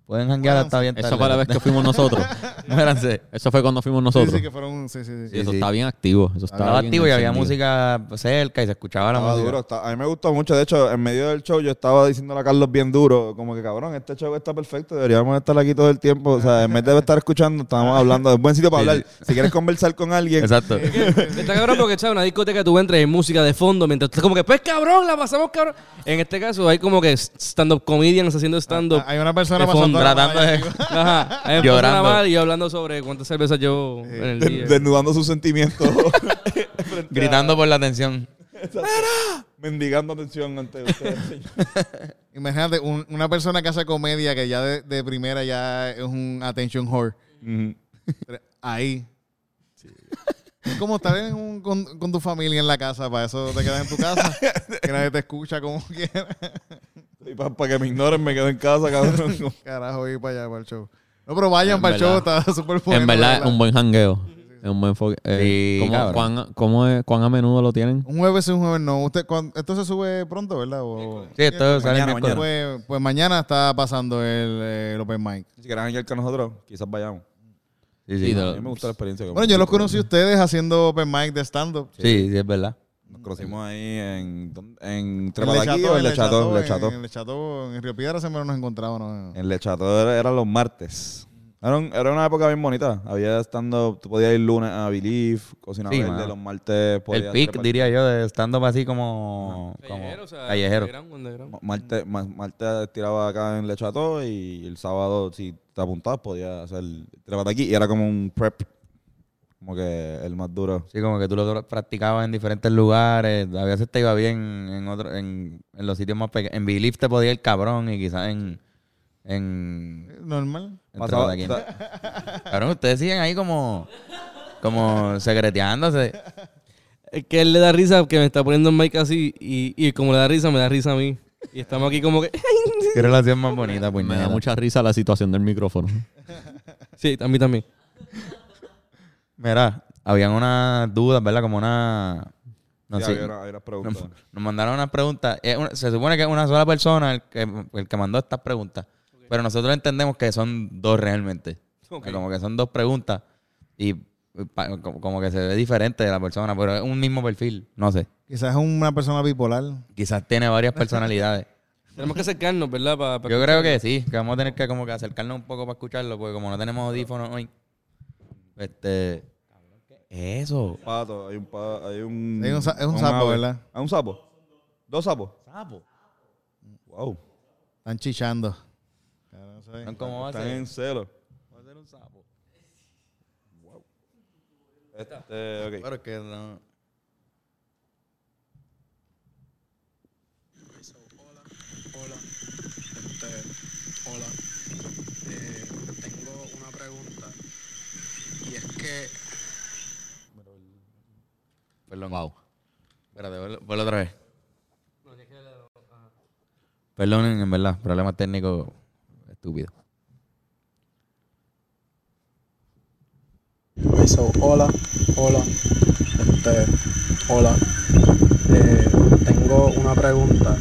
A: Pueden janguear hasta bien tarde.
E: Esa fue la vez que fuimos nosotros.
A: Muéranse.
E: Eso fue cuando fuimos
D: sí,
E: nosotros.
D: sí, que fueron, sí, sí, sí. Ah,
E: Y eso
A: sí.
E: está bien activo. Eso está
A: Estaba
E: bien
A: activo y había
E: encendido.
A: música pues, cerca y se escuchaba la
C: Estaba
A: música.
C: duro, está- a mí me gustó mucho. De hecho, en medio del show yo estaba diciéndole a Carlos bien duro, como que cabrón, este show está perfecto, deberíamos estar aquí todo el tiempo. O sea, en vez de estar escuchando, estábamos hablando. Es buen sitio para
A: Sí,
C: hablar. Si quieres conversar con alguien,
A: Exacto.
B: Está cabrón porque, chaval, una discoteca tú entras y hay música de fondo mientras tú estás como que, pues cabrón, la pasamos cabrón. En este caso hay como que stand-up comedians haciendo stand-up.
D: Hay una persona
A: De fondo,
D: pasando la
A: tratando
D: malla.
A: de...
B: Ajá. Hay una
A: Llorando.
B: persona mal y yo hablando sobre cuántas cervezas llevo en el
C: de-
B: día.
C: desnudando sus sentimientos,
A: Gritando por la atención.
C: mendigando atención ante ustedes. señor.
D: Imagínate, un- una persona que hace comedia que ya de, de primera ya es un attention whore.
C: Ujú.
D: Pero Ahí. Es como estar en un- con, con tu familia en la casa, para eso te quedas en tu casa, que nadie te escucha como quiera.
C: Y para que me ignoren, me quedo en casa, cabrón.
D: Carajo, ir para allá, para el show. No, pero vayan para el show,
E: verdad.
D: está súper bueno.
E: En verdad, es un buen jangueo. Es un buen fo- eh,
A: Sí,
E: ¿cómo-
A: cabrón.
E: cuán, cómo es- cuán a menudo lo tienen?
D: Un jueves y un jueves no. Usted, cuan- esto se sube pronto, ¿verdad? O-
A: Sí, esto sale el
C: Mañana,
A: miércoles.
D: Pues, pues mañana está pasando el, eh, el Open Mic.
C: si quieres venir con nosotros, quizás vayamos.
A: Sí,
E: Sí,
A: sí.
E: de-
C: A mí me gusta la experiencia. que-
D: Bueno, yo los conocí a ustedes haciendo Open Mic de stand-up.
A: Sí, sí, es verdad.
C: Nos conocimos ahí en. ¿dónde? En
D: En Le
C: Trepalaquí o en
D: en Le Chateau,
C: Lecható.
D: en- En Le Chateau, en Río Piedra siempre nos encontrábamos. ¿no?
C: En Lecható era, era los martes. Era, un- era una época bien bonita. Había estando, tú podías ir lunes a Believe, cocina
A: Sí,
C: verde,
A: mano.
C: los martes podías
A: el pic,
C: trepar-
A: diría yo, de stand-up así como... como
B: Callejero, o sea,
A: callejero.
B: underground, underground.
C: Ma- Martes, ma- martes tiraba acá en Lecható y el sábado, si te apuntabas, podías hacer Trepataquí y era como un prep. Como que el más duro.
A: Sí, como que tú lo practicabas en diferentes lugares. A veces te iba bien en otro, en, en los sitios más pequeños. En Belief te podía ir cabrón y quizás en... en
D: Eh, Normal.
A: en
C: Pasaba-
A: Trepataquín.
C: ta-
A: Cabrón, ustedes siguen ahí como... Como secreteándose.
B: Es que él le da risa que me está poniendo en mic así y, y como le da risa, me da risa a mí. Y estamos aquí como que...
A: Qué relación más bonita, pues
E: Me da mucha risa la situación del micrófono.
B: sí, a mí también.
A: Mira, habían unas dudas, ¿verdad? Como una... No pues.
C: sí,
A: sé.
C: había una- había unas preguntas.
A: Nos, nos mandaron unas preguntas. Es una- se supone que es una sola persona el que, el que mandó estas preguntas. Pero nosotros entendemos que son dos realmente.
B: Ok.
A: Como que son dos preguntas y pa- como como que se ve diferente de la persona, pero es un mismo perfil. No sé.
D: Quizás es una persona bipolar.
A: Quizás tiene varias personalidades.
B: Tenemos que acercarnos, ¿verdad? Pa- pa-
A: Yo creo que sí, que vamos a tener que como que acercarnos un poco para escucharlo, porque como no tenemos audífonos hoy, este... Eso.
C: pato, hay un pa- hay un
D: Hay un sa- es un
C: un
D: sapo,
C: ave.
D: ¿verdad?
C: ¿Hay un sapo? ¿Dos sapos? Sapo. Wow.
D: Están chichando.
A: ¿Cómo va a
C: Están
A: ser?
C: en celo. Va a ser un sapo. Wow. Este, ok.
A: Claro que no.
G: Hola, este, hola. Eh, tengo una pregunta y es que
A: Perdón. Wow. Espérate, vuelvo- vuelvo otra vez. Perdonen, en verdad, problema técnico estúpido.
G: Ok, so, hola, hola, este, hola. Eh, tengo una pregunta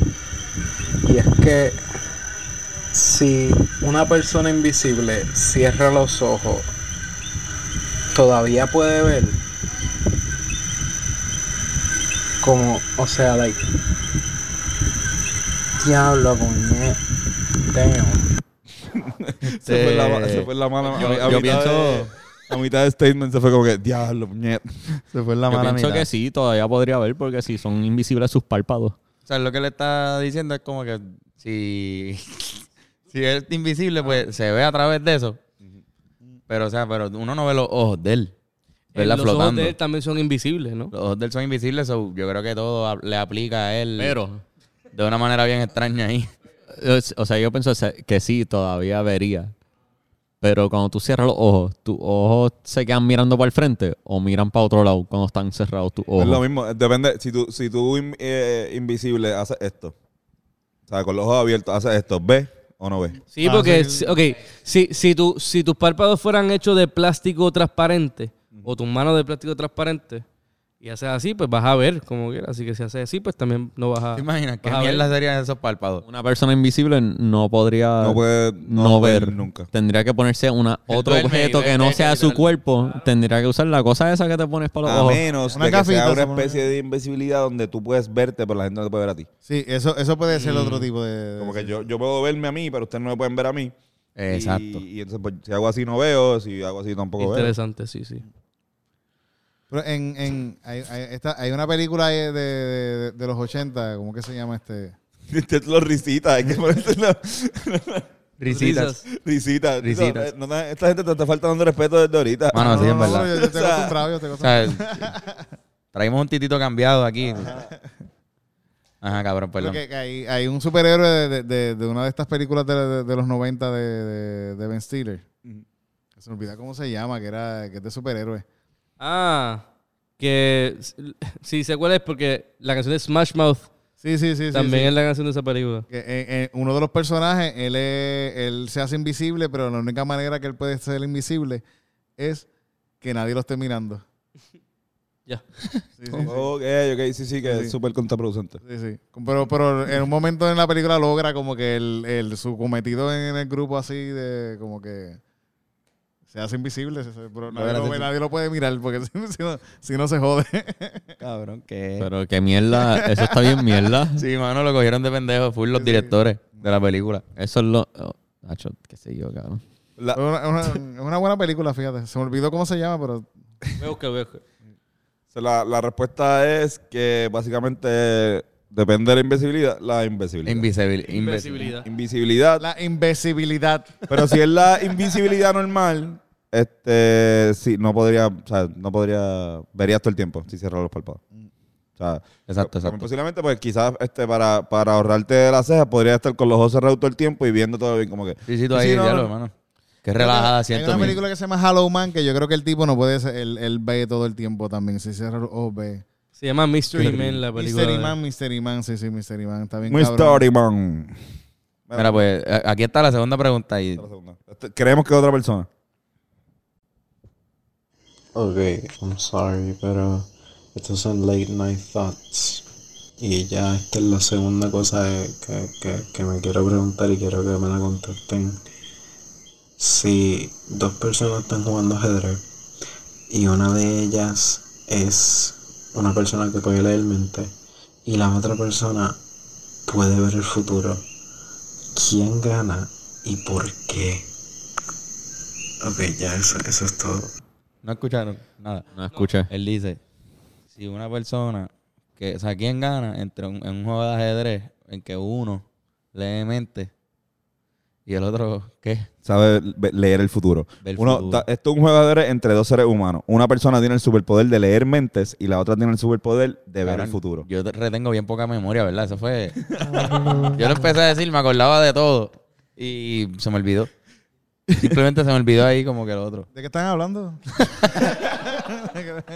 G: y es que si una persona invisible cierra los ojos, todavía puede ver. Como, o sea, like, diablo, coño, damn.
D: Este,
C: Se fue la,
A: Eh,
C: se fue la mala.
A: yo-
C: a, a
A: yo
C: mitad de- a mitad de statement se fue como que, diablo, puñet.
A: Se fue la
E: Yo pienso que sí, todavía podría haber porque si son invisibles sus párpados.
A: O sea, lo que le está diciendo es como que si, si es invisible,
B: Ah.
A: pues se ve a través de eso. Pero, o sea, pero uno no ve los ojos de él.
B: Eh,
A: ¿Verdad?
B: los
A: Flotando.
B: ojos de él también son invisibles, ¿no?
A: Los ojos de él son invisibles, so yo creo que todo a- le aplica a él
E: Pero,
A: de una manera bien extraña ahí.
E: es- o sea, yo pienso se- que sí, todavía vería. Pero cuando tú cierras los ojos, ¿tus ojos se quedan mirando para el frente o miran para otro lado cuando están cerrados tus
C: Es lo
E: ojos?
C: mismo. Depende. Si tú, si tú in- eh, invisible haces esto. O sea, con los ojos abiertos, haces esto, ¿ves o no ves?
B: Sí,
D: Ah,
B: porque,
D: sí.
B: si- ok, si, si, tu- si tus párpados fueran hechos de plástico transparente o tus manos de plástico transparente y haces así, pues vas a ver como quieras. Así que si haces así, pues también no vas a.
A: ¿Te imaginas qué
B: vas a ver.
A: mierda serían esos párpados?
E: Una persona invisible no
A: Ah,
E: podría
C: No puede no
E: no
C: ver
E: ver.
C: nunca.
E: Tendría que ponerse una,
A: Él
E: otro
A: duerme
E: objeto
A: y
E: que no
A: duerme,
E: sea su
A: literal.
E: cuerpo. Tendría que usar la cosa esa que te pones para los
C: A
E: ojos.
C: menos
D: Una
C: de que sea
D: gafita,
C: una
D: se pone.
C: especie de invisibilidad donde tú puedes verte, pero la gente no te puede ver a ti.
D: Sí, eso, eso puede ser otro tipo de.
C: Como que yo, yo puedo verme a mí, pero ustedes no me pueden ver a mí.
A: Exacto.
C: Y, y entonces, pues, si hago así no veo, si hago así
A: ¿eh?
C: tampoco veo.
B: Interesante, sí, sí.
D: Pero en, en, hay, hay, esta- hay una película ahí de, de, de los 80, ¿cómo que se llama este?
C: Usted lo risita, hay que ponerse la
A: Risitas.
B: Risas.
C: risita.
A: Risitas.
C: No, no, esta gente te está faltando respeto desde ahorita.
A: Mano, sí, en verdad.
D: yo, yo estoy
C: O sea,
D: acostumbrado, yo estoy
A: O
D: acostumbrado.
A: sea, traímos un titito cambiado aquí. Ajá, cabrón,
D: Creo
A: perdón.
D: que- que hay, hay un superhéroe de, de- de- de una de estas películas de, de- de los 90 de, de- de Ben Stiller.
C: Ujú.
D: Se me olvida cómo se llama, que era que es de superhéroe.
B: Ah, que. Sí, sé cuál es porque la canción de Smash Mouth
D: Sí, sí, sí. sí,
B: también
D: sí.
B: es la canción de esa película.
D: Que, eh, eh, uno de los personajes, él, es- él se hace invisible, pero la única manera que él puede ser invisible es que nadie lo esté mirando.
B: Ya.
D: Sí, sí,
C: Ok, ok, sí, sí, que
D: Sí, sí.
C: es súper contraproducente.
D: sí, sí. Pero, pero en un momento en la película logra como que el, el- su cometido en el grupo así de como que se hace invisible, se- se- pero nadie,
C: Logra
D: lo, ve,
C: hacer-
D: nadie lo puede mirar porque si, no, si no se jode.
C: Cabrón, que.
E: Pero que mierda, eso está bien mierda.
A: Eh, Sí, mano, lo cogieron de pendejo. Fueron los directores de la película.
E: Eso es lo... oh, Nacho, qué sé yo, cabrón.
D: Es una, es una- es una buena película, fíjate. Se me olvidó cómo se llama, pero
B: Voy a buscar, voy a buscar.
C: la, la respuesta es que básicamente depende de la invisibilidad. La invisibilidad.
A: Invisibil- invisible.
B: Invisibilidad.
C: invisibilidad.
D: la invisibilidad.
C: Pero si es la invisibilidad normal, este, sí, no podría, o sea, no podría, verías todo el tiempo si cierras los párpados. O sea, también
A: Exacto, exacto.
C: posiblemente, pues quizás este, para, para ahorrarte de las cejas, podría estar con los ojos cerrados todo el tiempo y viendo todo bien, como que.
A: Sí, sí, tú
C: Sí,
A: ahí,
C: sí, no,
A: ya
C: no.
A: lo, mano. Qué relajada
D: Hay
A: siento.
D: una
A: mía.
D: película que se llama Hollow Man que yo creo que el tipo no puede ser, él, él ve todo el tiempo también. Si cierra los ojos, ve.
B: Se llama Mystery Man la película.
D: Mystery Man, Mystery Man, sí, sí, Mystery Man. Está bien
C: Muy
D: cabrón.
C: story, man.
A: Mira, pues a- aquí está la segunda pregunta. Y
C: Esta es la segunda. Este, Creemos que es otra persona.
G: Okay, I'm sorry, pero estos son late night thoughts. Y ya esta es la segunda cosa que, que- que me quiero preguntar y quiero que me la contesten. Si dos personas están jugando ajedrez y una de ellas es una persona que puede leer mente y la otra persona puede ver el futuro, ¿quién gana y por qué? Ok, ya eso, eso es todo.
A: no escucharon nada.
E: No escuché.
A: Él dice, si una persona, que, o sea, ¿quién gana entre un, en un juego de ajedrez en que uno lee mente y el otro, ¿qué?
C: Sabe ve- leer el futuro.
A: Ve el
C: Uno,
A: futuro.
C: ta- esto es un juego de ajedrez entre dos seres humanos. Una persona tiene el superpoder de leer mentes y la otra tiene el superpoder de ver el
A: Cabrón,
C: futuro.
A: Yo te- retengo bien poca memoria, ¿verdad? Eso fue... yo lo empecé a decir, me acordaba de todo y se me olvidó. Simplemente se me olvidó ahí como que el otro.
D: ¿De qué están hablando?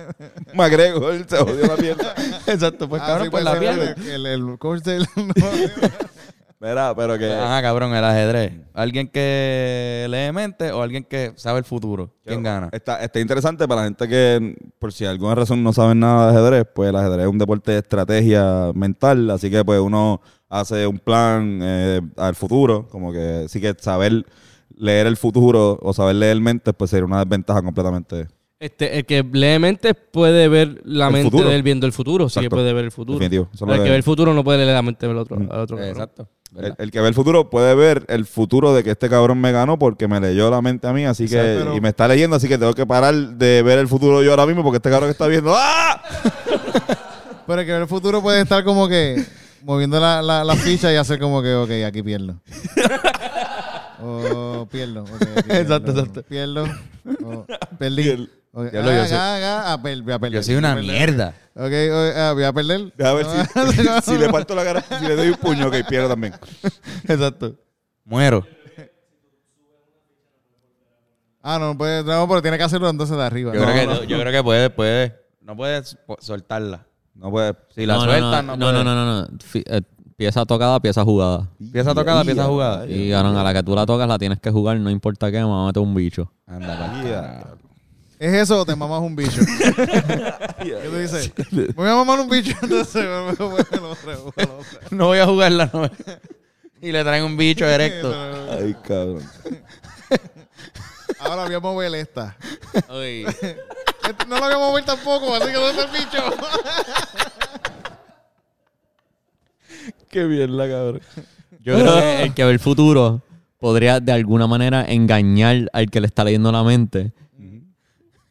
C: McGregor se jodió la pierna.
A: Exacto, pues
D: Ah, sí, puede ser El, el, el coach del. no.
C: Mira, pero que.
A: Ajá, cabrón, el ajedrez. ¿Alguien que lee mente o alguien que sabe el futuro? ¿Quién gana?
C: Está, está interesante para la gente que, por si alguna razón no saben nada de ajedrez, pues el ajedrez es un deporte de estrategia mental, así que pues uno hace un plan eh, al futuro, como que sí que saber leer el futuro o saber leer mentes, pues sería una desventaja completamente.
B: Este, el que lee mentes puede ver la
C: El
B: mente
C: futuro.
B: de él viendo el futuro. Sí que
C: Exacto.
B: puede ver el futuro.
C: Definitivo. Eso Mm.
B: Pero
C: no
B: el
C: le-
B: que ve el futuro no puede leer la mente del otro. Al otro
A: Eh,
B: cabrón.
A: Exacto.
C: El,
A: ¿verdad?
C: el que ve el futuro puede ver el futuro de que este cabrón me ganó porque me leyó la mente a mí, así que
D: Exacto, pero-
C: y me está leyendo, así que tengo que parar de ver el futuro yo ahora mismo porque este cabrón que está viendo ¡Ah!
D: Pero que en el futuro puede estar como que moviendo la, la, la ficha y hacer como que, ok, aquí pierdo. O pierdo. ok, aquí pierdo.
A: Exacto, exacto.
D: Pierdo. o perdí.
C: Pierdo.
D: Ok,
A: Ya lo yo
D: ah,
A: sé.
D: ah, ah, ah, per- voy a perder.
A: Yo soy una
D: voy a perder.
A: mierda.
D: Ok, o- ah, voy a perder.
C: Deja ver si,
D: No.
C: si le parto la cara, si le doy un puño, que pierdo también.
D: Exacto.
A: Muero.
D: Ah, no, pues, no, pero tiene que hacerlo entonces de arriba.
A: Yo,
D: No,
A: creo, que,
D: no.
A: yo creo que puede, puede. No puedes po- soltarla.
C: No pues, puede.
A: Si la
E: No, no,
A: sueltas, no,
E: no, no,
A: puede.
E: no, no, no. Fi- eh, pieza tocada, pieza jugada.
A: Pieza tocada, pieza jugada.
E: Y cabrón, a la que tú la tocas la tienes que jugar, no importa qué, mamá, mete un bicho.
A: Anda, pa'l carajo.
D: ¿Es eso o te mamas un bicho? ¿Qué te dice? Me voy a mamar un bicho. Entonces, me lo- me lo- me lo- me lo- me lo-
A: No voy a jugar la novela. Y le traen un bicho erecto.
C: Ay, cabrón.
D: Ahora voy a mover esta.
A: Pues
D: Este No lo voy a mover tampoco, así que no es el bicho.
C: Qué bien la cabrón.
E: Yo creo que el que ve el futuro podría de alguna manera engañar al que le está leyendo la mente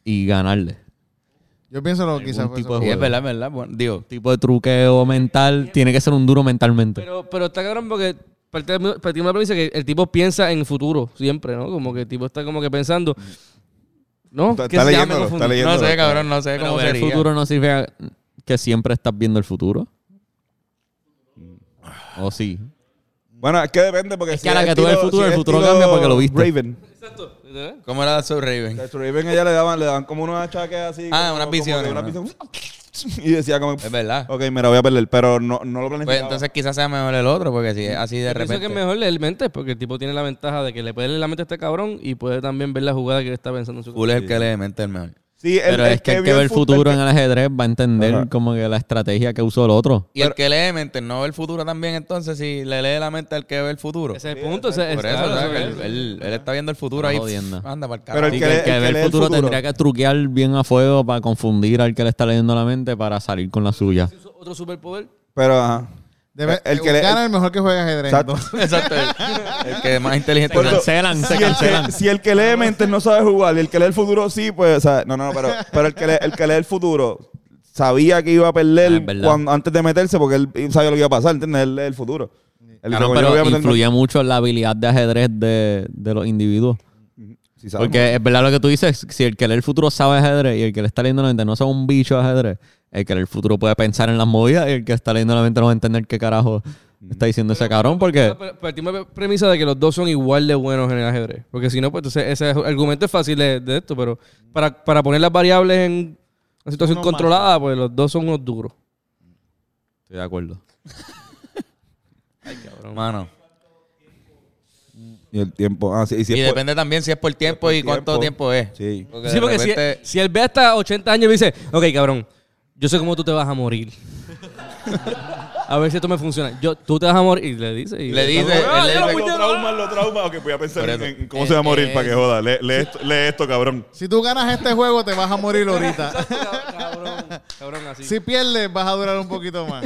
E: y ganarle.
D: Yo pienso lo quizás
E: Algún
D: fue
E: tipo
D: eso.
E: de
A: Y es
E: juego.
A: verdad, es verdad. Bueno, digo,
E: tipo de truqueo mental tiene que ser un duro mentalmente.
B: Pero, pero está cabrón porque partimos de una premisa que el tipo piensa en futuro siempre, ¿no? Como que el tipo está como que pensando. No,
C: Está-
B: ¿Qué
C: está
B: se llama?
C: leyéndolo,
B: Me
C: está
B: confundí.
C: leyéndolo.
A: no sé, cabrón, no sé
E: Pero
A: cómo
E: ver el
A: sería.
E: futuro no significa que siempre estás viendo el futuro. O sí.
C: Bueno, es que depende porque
E: Es que a la que tú ves el futuro, el futuro cambia porque lo viste.
C: Raven.
B: Exacto. ¿Eh?
A: ¿Cómo era Soul Raven?
C: A Raven ella le daban, le daban como unos achaques así.
A: Ah,
C: como-
A: unas
C: como
A: visiones,
C: que unas
A: ¿no?
C: visiones. Y decía como,
A: Es verdad.
C: ok, me la voy a perder, pero no, no lo planificaba.
A: Pues entonces quizás sea mejor el otro, porque si es así de
B: Yo Pienso que
A: repente.
B: es mejor leer mentes porque el tipo tiene la ventaja de que le puede leer la mente a este cabrón y puede también ver la jugada que él está pensando en su
A: Cool es el que le mente el mejor.
C: sí, el-
E: Pero es que el que
C: vio
E: ve el
C: fut-
E: futuro en el ajedrez va a entender
C: Ajá.
E: como que la estrategia que usó el otro.
A: Y el que lee mente no ve el futuro también, entonces si le lee la mente al que ve el futuro.
B: Ese es el punto. ese es-
A: Por eso,
B: claro,
A: o sea,
B: eso
A: que
B: es.
A: él, él- él está viendo el futuro ahí.
E: Está jodiendo.
A: pf, Anda para el
C: Pero
A: carajo.
C: el que
E: Así que
C: le-
E: el que
C: el
E: ve
C: que
E: el
C: lee el
E: futuro
C: futuro.
E: tendría que truquear bien a fuego para confundir al que le está leyendo la mente para salir con la suya.
B: Otro superpoder.
C: Pero, ajá.
D: Debe- eh,
C: El que le-
D: gana el mejor que juega ajedrez.
C: Exacto.
A: Exacto. El, el que es más inteligente.
C: Por
A: es
C: eso,
A: el-
E: Cancelan, se
C: si, el
E: cancelan.
C: que, si el que lee mentes no sabe jugar y el que lee el futuro sí, pues, o sea, no, no, no, pero, pero el, que lee, el que lee el futuro sabía que iba a
E: Ah,
C: perder
E: es verdad.
C: cuando, antes de meterse porque él sabía lo que iba a pasar, ¿entiendes? Él lee el futuro. Él dice,
E: Claro,
C: como, yo voy a
E: pero
C: meterme-
E: influye mucho en la habilidad de ajedrez de, de los individuos.
C: Sí, sabe.
E: Porque es verdad lo que tú dices, si el que lee el futuro sabe ajedrez y el que le está leyendo la mente no sabe un bicho de ajedrez, el que lee el futuro puede pensar en las movidas y el que está leyendo la mente no va a entender qué carajo está diciendo ese cabrón porque...
B: Ah, Pero Partimos de la premisa de que los dos son igual de buenos en el ajedrez. Porque si no, pues entonces ese argumento es fácil de, de esto, pero para, para poner las variables en una situación
D: Uno más.
B: controlada, pues los dos son unos duros.
E: Estoy de acuerdo.
A: Mano.
C: Y el tiempo, ah, sí, y si
A: Y
C: es por-
A: depende también si es por tiempo
E: pues,
C: por
A: y cuánto tiempo,
C: tiempo.
A: es.
C: Sí.
A: Porque
B: sí,
A: de
B: porque
A: repente-
B: si, si él ve hasta 80 años y dice, ok, cabrón, yo sé cómo tú te vas a morir. a ver si esto me funciona. Yo, tú te vas a morir. Y le "Ah, dice. Y
A: Le dice, él le dice-
C: Lo trauma, lo trauma. Ok, pues voy a pensar
A: Por
C: en,
A: eso. Eh,
C: en cómo se va a morir para que joda. Lee, lee esto, lee esto, cabrón.
D: Si tú ganas este juego, te vas a morir ahorita.
B: Exacto, cabrón, cabrón, así.
D: Si pierdes, vas a durar un poquito más.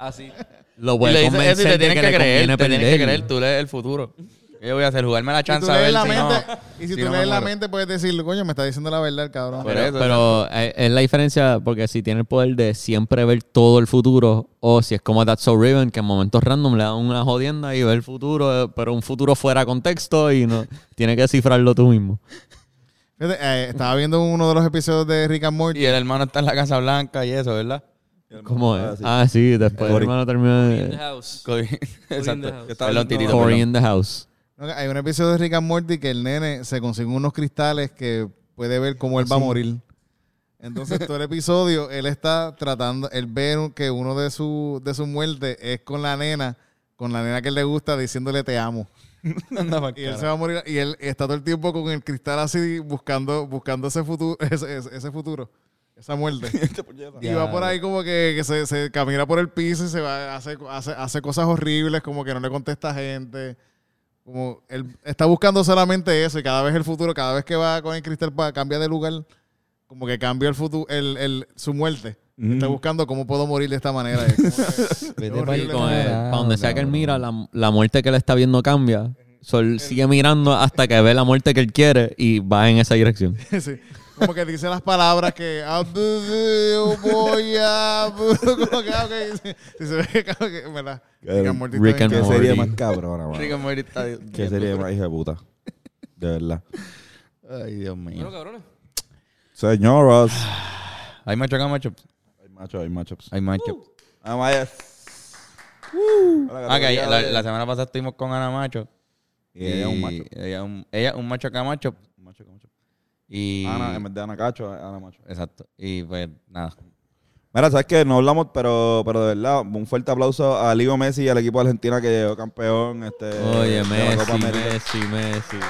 B: Así.
E: Lo
A: y
E: puede
A: le dice
E: convencer
A: eso y te
E: de
A: tienen que,
E: le
A: creer,
E: conviene
A: te tienen que
E: perder.
A: creer, tú lees el futuro. ¿Qué Yo voy a hacer jugarme la
D: Si
A: chance
D: tú
A: a ver
D: lees la
A: si no-
D: mente, y si
A: si
D: tú
A: no me
D: lees la
A: muero.
D: mente, puedes decir, coño, me está diciendo la verdad el cabrón.
A: Por eso,
E: Pero, pero, eh, es la diferencia porque si tiene el poder de siempre ver todo el futuro o si es como That's So Riven que en momentos random le dan una jodienda y ve el futuro, eh, pero un futuro fuera de contexto y no tiene que cifrarlo tú mismo.
D: Fíjate, eh, estaba viendo uno de los episodios de Rick and Morty.
A: Y el hermano está en la Casa Blanca y eso, ¿verdad?
E: ¿Cómo es? Ah, sí, después el
C: Cory.
E: hermano termina
B: In the
E: de...
B: house.
A: Coy- Exacto.
B: house.
A: Yo estaba- Perdón, Titito,
E: Cory
A: perdón.
E: in the house.
D: No, Hay un episodio de Rick and Morty que el nene se consigue unos cristales que puede ver cómo él va a morir. Entonces, todo el episodio, él está tratando, él ve un- que uno de su, de su muerte es con la nena, con la nena que le gusta, diciéndole te amo.
A: Anda pa'l
D: Y él
A: carajo.
D: se va a morir. Y él está todo el tiempo con el cristal así, buscando, buscando ese futuro, ese, ese- ese futuro, esa muerte. y va por ahí como que, que se, se camina por el piso y se va, hace, hace, hace cosas horribles, como que no le contesta gente. Como él está buscando solamente eso, y cada vez el futuro, cada vez que va con el cristal para cambiar de lugar, como que cambia el futuro, el, el- su muerte. Está buscando cómo puedo morir de esta manera. Es como que-
A: Vete
D: es
A: pa'l
D: horrible.
E: Como
A: Ah,
E: es, para donde sea que él
A: cabrón.
E: mira, la, la muerte que él está viendo cambia. So, él sigue mirando hasta que ve la muerte que él quiere y va en esa dirección.
D: Sí. Como que dice las palabras que "Ah, bu, bu, yo voy a bu", como que ah, ok, sí, sí, se ve que, como que, en verdad, Rick and Morty
E: Rick
D: está
E: and
C: ¿Qué
D: bien
E: Morty.
C: sería más cabrón,
A: Rick
C: mano?
A: and Morty está-
C: ¿Qué sería más hija de puta? De verdad.
A: Ay, Dios
B: Bueno,
A: mío.
B: cabrones.
C: Señoras.
A: Hay matchup, hay matchup.
C: Hay matchups, hay matchups.
A: Hay matchup.
C: Ah, vaya.
A: Ah, que ayer- la, la semana pasada estuvimos con Ana Macho.
C: Y ella es un macho.
A: Ella es un, ella es un macho acá macho.
C: Macho, macho.
A: Y.
C: Ah, Ana, en vez de Ana Cacho, Ana Macho.
A: Exacto. Y pues nada.
C: Mira, sabes que no hablamos, pero, pero de verdad, un fuerte aplauso a Ligo Messi y al equipo de Argentina que llegó campeón. Este, de
E: Oye,
C: la Copa
E: Messi,
C: América.
E: Messi, Messi.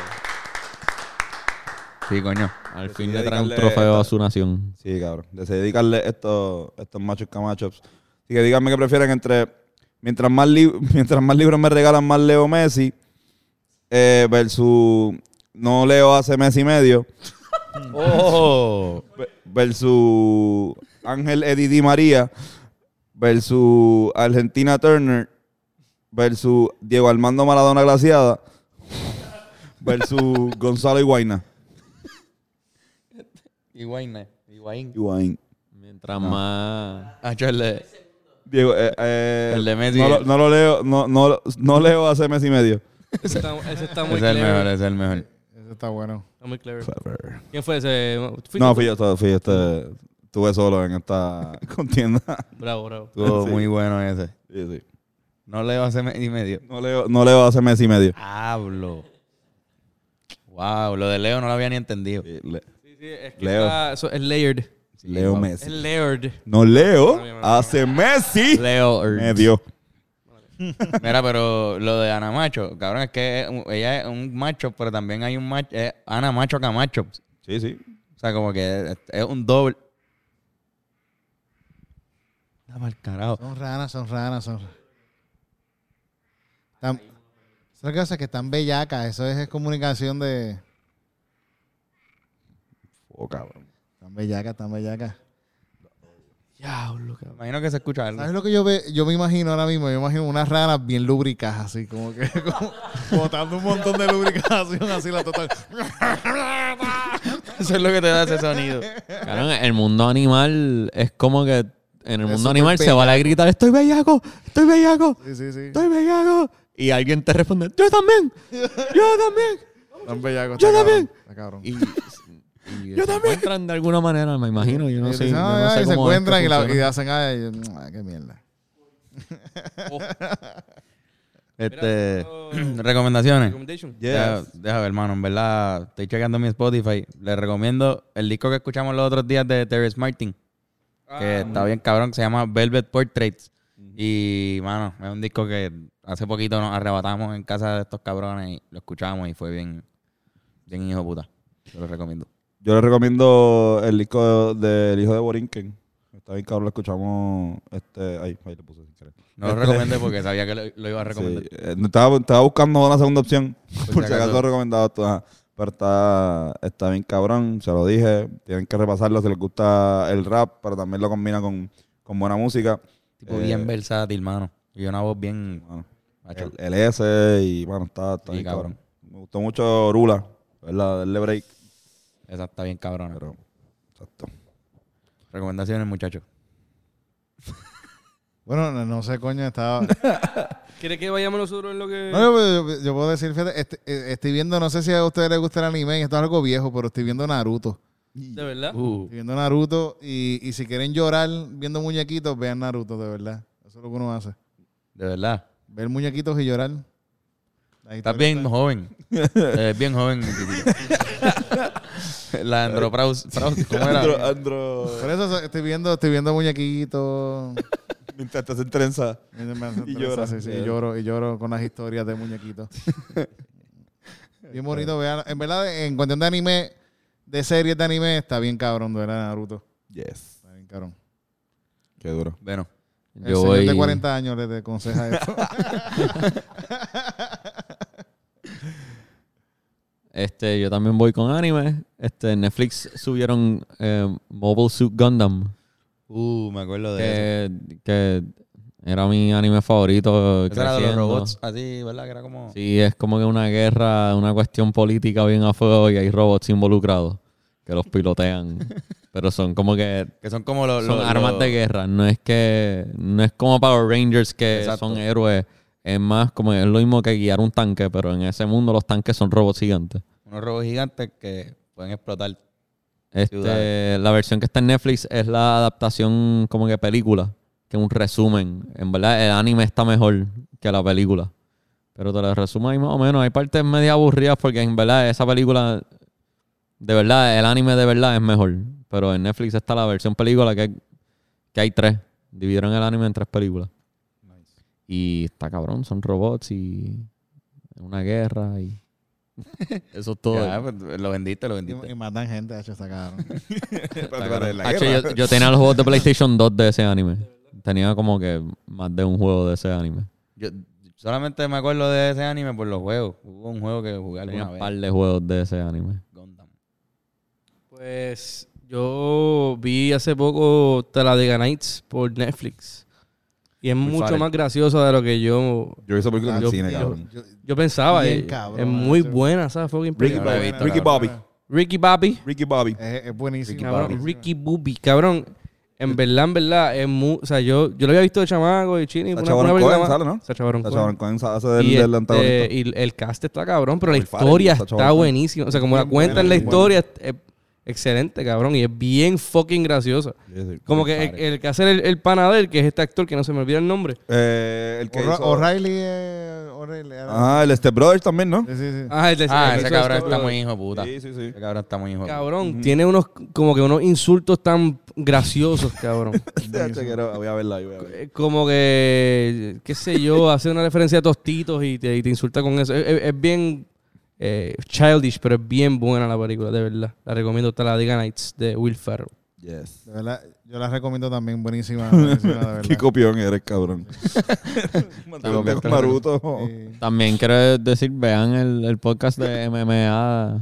A: Sí, coño.
E: Al
C: Decidí
E: fin le trae un
C: dedicarle
E: trofeo
C: esta-
E: a su nación.
C: Sí, cabrón. Decidí dedicarle estos, estos machos camachos. Así que díganme qué prefieren entre. Mientras más, lib- mientras más libros me regalan, más leo Messi. eh, versus. No leo hace mes y medio.
A: ¡Oh!
C: ve- Versus. Ángel Eddie Di María. Versus Argentina Turner. Versus Diego Armando Maradona Glaciada. Versus Gonzalo Higuaína.
A: Higuaín, Higuaín.
C: Higuaín.
E: Mientras más...
A: Ah, chale.
C: Diego, eh, eh,
A: El de Messi.
C: No lo, no lo leo, no, no, no leo hace mes y medio.
B: Ese está, ese está
A: Ese
B: muy
A: es el mejor,
B: clever.
A: ese es el mejor.
D: Eso está bueno.
B: Está muy clever. ¿Quién fue ese? ¿Fuiste
C: No,
B: tú?
C: fui yo, todo, fui yo, este, estuve solo en esta contienda.
B: Bravo, bravo.
A: Estuvo
C: Sí.
A: muy bueno ese.
C: Sí, sí.
A: No leo hace mes y medio.
C: No leo, no leo hace mes y medio.
A: Hablo. Wow, lo de Leo no lo había ni entendido.
C: Sí, le-
B: Sí, sí, es que
C: Leo.
B: está- eso es layered.
C: leo
B: Es
C: Messi.
B: layered.
C: No leo
B: No, no, no,
C: hace Messi
A: Leo. er.
C: medio.
A: Mira, pero lo de Ana Macho, cabrón, es que es un- ella es un macho, pero también hay un macho. es Ana Macho Camacho.
C: Sí, sí.
A: O sea, como que es, es un doble. Dame al carajo.
D: Son ranas, son ranas, son ranas. Tan- son cosas que están bellacas. Eso es, es comunicación de.
C: Oh, cabrón.
D: Están bellacas, están bellacas.
B: Diablo, cabrón.
A: Imagino que se escucha algo.
D: ¿Sabes lo que yo ve? Yo me imagino ahora mismo, yo me imagino unas ranas bien lubricadas, así como que como, botando un montón de lubricación, así la total.
A: Eso es lo que te da ese sonido.
E: Cabrón, el mundo animal es como que en el
D: Es
E: mundo
D: súper
E: animal se vale gritar, estoy bellaco, estoy bellaco,
D: Sí, sí, sí.
E: estoy bellaco. Y alguien te responde, yo también, yo también.
D: Están bellacos.
E: Yo
D: está
E: también.
D: cabrón, está cabrón.
E: Y, y se encuentran de alguna manera, me imagino. Yo no
D: Y
E: sé.
D: dicen,
E: yo no
D: "Ay,
E: sé
D: ay", se
E: cómo es que
D: encuentran y, la- y
E: funciona.
D: hacen, ay, ay, qué mierda.
A: Este, recomendaciones.
B: Recommendation.
A: Deja- Déjame, hermano, en verdad, estoy chequeando mi Spotify. Les recomiendo el disco que escuchamos los otros días de Terrence Martin,
C: Ah,
A: que está bien cabrón, que se llama Velvet Portraits. Y, mano, es un disco que hace poquito nos arrebatamos en casa de estos cabrones y lo escuchamos y fue bien, bien hijo de puta. Te lo recomiendo.
C: Yo les recomiendo el disco del hijo de Borinquen. Está bien, cabrón, lo escuchamos. Este, ay, ahí lo puse sin querer.
A: No lo recomendé porque sabía que lo, lo iba a recomendar.
C: Este- Sí, eh, no, estaba, estaba buscando una segunda opción. Por,
A: si
C: si acaso,
A: acaso.
C: recomendado tú, ajá. Pero está, está bien cabrón, se lo dije. Tienen que repasarlo si les gusta el rap, pero también lo combina con, con buena música.
A: Tipo,
C: Eh,
A: bien versátil, mano. Y una voz bien.
C: Bueno,
A: macho.
C: el, el S y bueno, está, está
A: Sí,
C: bien cabrón.
A: cabrón.
C: Me gustó mucho Rula, ¿verdad? Darle break.
A: Esa está bien cabrona.
C: Pero, exacto.
A: Recomendaciones, muchachos.
D: Bueno, no, no sé, coño, estaba.
B: ¿Quiere que vayamos nosotros en lo que.?
D: No,
A: oh.
D: yo, yo- yo puedo decir, fíjate, este- eh, estoy viendo, no sé si a ustedes les gusta el anime, y esto es algo viejo, pero estoy viendo Naruto.
B: de verdad.
A: Uh.
D: Estoy viendo Naruto y, y si quieren llorar viendo muñequitos, vean Naruto, de verdad. Eso es lo que uno hace.
A: De verdad.
D: Ver muñequitos y llorar. Ahí
A: Estás bien joven. Eh, bien joven. la andropraus. praus- ¿Cómo
C: Andro,
A: era?
C: Andro,
D: Por eso so- estoy viendo, estoy viendo muñequitos.
C: mientras te hacen trenza.
D: Me hacen
C: Y
D: trenzas,
C: llora.
D: sí, sí, y lloro, y lloro con las historias de muñequitos. bien bonito, vean. En verdad, en cuestión de anime, de series de anime, está bien cabrón, de verdad, Naruto.
C: Yes.
D: Está bien cabrón.
C: Qué duro.
A: Bueno.
D: El
A: Yo
D: señor
A: voy.
D: de 40 años le aconseja esto.
E: Este, yo también voy con anime. Este, en Netflix subieron eh, Mobile Suit Gundam,
A: Uh, me acuerdo de eso.
E: que, que era mi anime favorito.
A: Esa era de los
E: creciendo.
A: robots, así, ¿verdad? Que era como.
E: Sí, es como que una guerra, una cuestión política bien a fuego y hay robots involucrados que los pilotean. Pero son como que
A: Que son como los.
E: son
A: los-
E: armas
A: los-
E: de guerra. No es que no es como Power Rangers que
A: Exacto.
E: son héroes. Es más como es lo mismo que guiar un tanque, pero en ese mundo los tanques son robots gigantes.
A: Unos robots gigantes que pueden explotar.
E: Este,
A: Ciudades.
E: la versión que está en Netflix es la adaptación como que película, que es un resumen. En verdad, el anime está mejor que la película. Pero te lo resumo ahí más o menos. Hay partes media aburridas porque en verdad esa película, de verdad, el anime de verdad es mejor. Pero en Netflix está la versión película que es que hay tres. Dividieron el anime en tres películas. Y está cabrón, son robots y una guerra y eso es todo.
A: Ya, pues, lo vendiste, lo vendiste.
H: Y, y matan gente, hecho, está cabrón.
A: Está cabrón.
C: la
E: Hacho,
C: guerra.
E: yo, yo tenía los juegos de PlayStation 2 de ese anime. Tenía como que más de un juego de ese anime.
A: Yo solamente me acuerdo de ese anime por los juegos. Hubo un juego que jugué
E: Tenía
A: alguna
E: un
A: vez.
E: par de juegos de ese anime.
A: Gundam.
B: Pues yo vi hace poco Talladega Nights por Netflix. Y es mucho
A: Fares.
B: más graciosa de lo que yo,
C: Yo vi esa película en
B: Yo-
C: el cine,
B: yo-
C: cabrón.
H: Yo-
B: yo pensaba.
H: Bien
B: Eh,
H: cabrón,
B: es muy
H: eso.
B: buena esa fucking
C: Ricky
B: película.
A: Bobby.
C: Bobby.
A: visto,
C: Ricky
A: cabrón.
C: Bobby.
B: Ricky Bobby.
C: Ricky Bobby.
H: Es, es buenísimo.
B: Cabrón, Ricky Bobby. Cabrón, en verdad, en verdad, es muy... O sea, yo, yo lo había visto de chamaco y chino. y
C: Sacha
B: una-
C: Baron
B: una película
C: Cohen
B: más.
C: sale, ¿no?
B: Sacha Baron
C: Sacha
B: Cohen.
C: Baron Cohen hace del,
B: y,
C: del
B: este,
C: antagonista.
B: y el cast está cabrón, pero la
C: Will Ferrell,
B: historia
C: Sacha
B: está
C: Baron Cohen.
B: buenísima. O sea, como la
H: Bien
B: cuentan
H: buena,
B: la
H: bien
B: historia, es excelente, cabrón. Y es bien fucking graciosa. Como que el, el que hace el, el panadero, que es este actor que no se me olvida el nombre.
C: Eh, el que
H: O'Re-
C: hizo-
H: O'Reilly eh, O'Reilly. ah,
C: Ah, el Step Brothers también, ¿no?
H: sí, sí, sí.
B: Ah, el de-
A: Ah,
B: el
A: ese
B: que
A: cabrón
B: hizo-
A: está muy hijo de puta.
C: Sí, sí, sí.
A: Ese cabrón está muy hijo de puta.
B: Cabrón, tiene unos como que unos insultos tan graciosos, cabrón.
C: Este que era- Voy a verla, yo voy a verla.
B: Eh, como que, qué sé yo, hace una referencia a Tostitos y te, y te insulta con eso. Es, es- es bien eh, childish, pero es bien buena la película, de verdad. La recomiendo, está la Diga Nights de Will Ferrell.
C: Yes.
H: De verdad, yo la recomiendo también. Buenísima. buenísima de verdad.
C: Qué copión eres, cabrón.
A: copión.
C: Maruto.
H: Sí.
E: También quiero decir, vean el, el podcast de MMA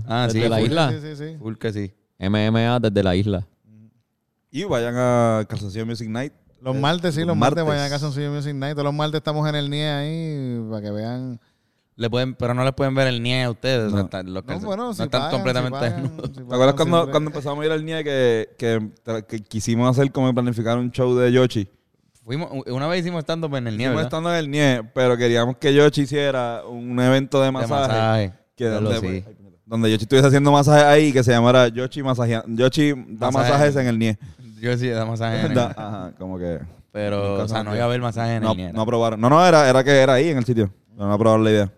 A: Ah,
E: desde
A: sí,
E: la
A: full.
E: isla.
H: Sí, sí, sí.
A: Full que sí.
E: MMA desde la isla.
C: Y vayan a Calzoncillo Music Night.
H: Los
C: Eh,
H: martes, sí,
C: los
H: los martes,
C: martes.
H: vayan a Calzoncillo Music Night. Todos los martes estamos en el NIE ahí para que vean.
A: Le pueden, pero no les pueden ver el nie a ustedes. o sea,
C: No.
A: están- los
H: No,
A: calzo-
H: bueno,
A: no
H: si
A: están
H: pagan,
A: completamente
H: si pagan,
A: desnudos.
H: si pagan,
C: ¿Te acuerdas cuando,
H: siempre-
C: cuando empezamos a ir al NIE que, que, que quisimos hacer como planificar un show de Yoshi?
A: Fuimos, una vez hicimos stand-up en el nie,
C: Estuvimos
A: ¿verdad?
C: estando en el NIE, pero queríamos que Yoshi hiciera un evento de
A: De
C: masaje.
A: masaje.
C: que
A: Ya lo
C: donde, pues,
A: sí.
C: donde Yoshi estuviese haciendo masaje ahí que se llamara Yoshi masajea, Yoshi da
A: Masaje.
C: masajes en el NIE.
A: Yo sí, pues? da masaje en el
C: Da- Ajá, como que
A: Pero,
C: Nunca
A: o sea, no
C: sabía.
A: iba a haber masaje en
C: no,
A: el nie.
C: no aprobaron. No, no, era, era que era ahí en el sitio. Pero no aprobaron la idea.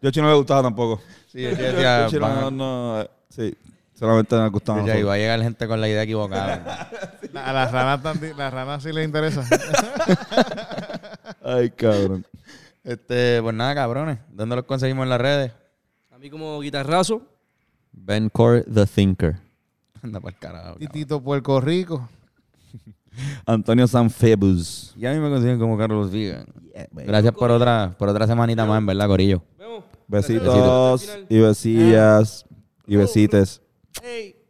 C: Yoshi no le gustaba tampoco.
A: Sí, yo decía,
C: Yoshi
A: van a-
C: no, no, eh, sí, solamente nos gustaba.
A: yo
C: a
A: decía,
C: nosotros.
A: iba a llegar gente con la idea equivocada.
H: La- a las ranas, tan- las ranas sí les interesa.
C: Ay, cabrón.
A: este, pues nada, cabrones. ¿Dónde los conseguimos en las redes?
B: A mí como guitarrazo,
E: Ben Core The Thinker.
A: Anda para el carajo. cabrón.
H: Titito Puerco Rico.
C: Antonio Sanfebus.
A: Y a mí me consiguen como Carlos Vigan. Gracias por otra, por otra semanita más, en verdad, Corillo.
B: vemos.
C: Besitos y besillas y besites.
B: Hey.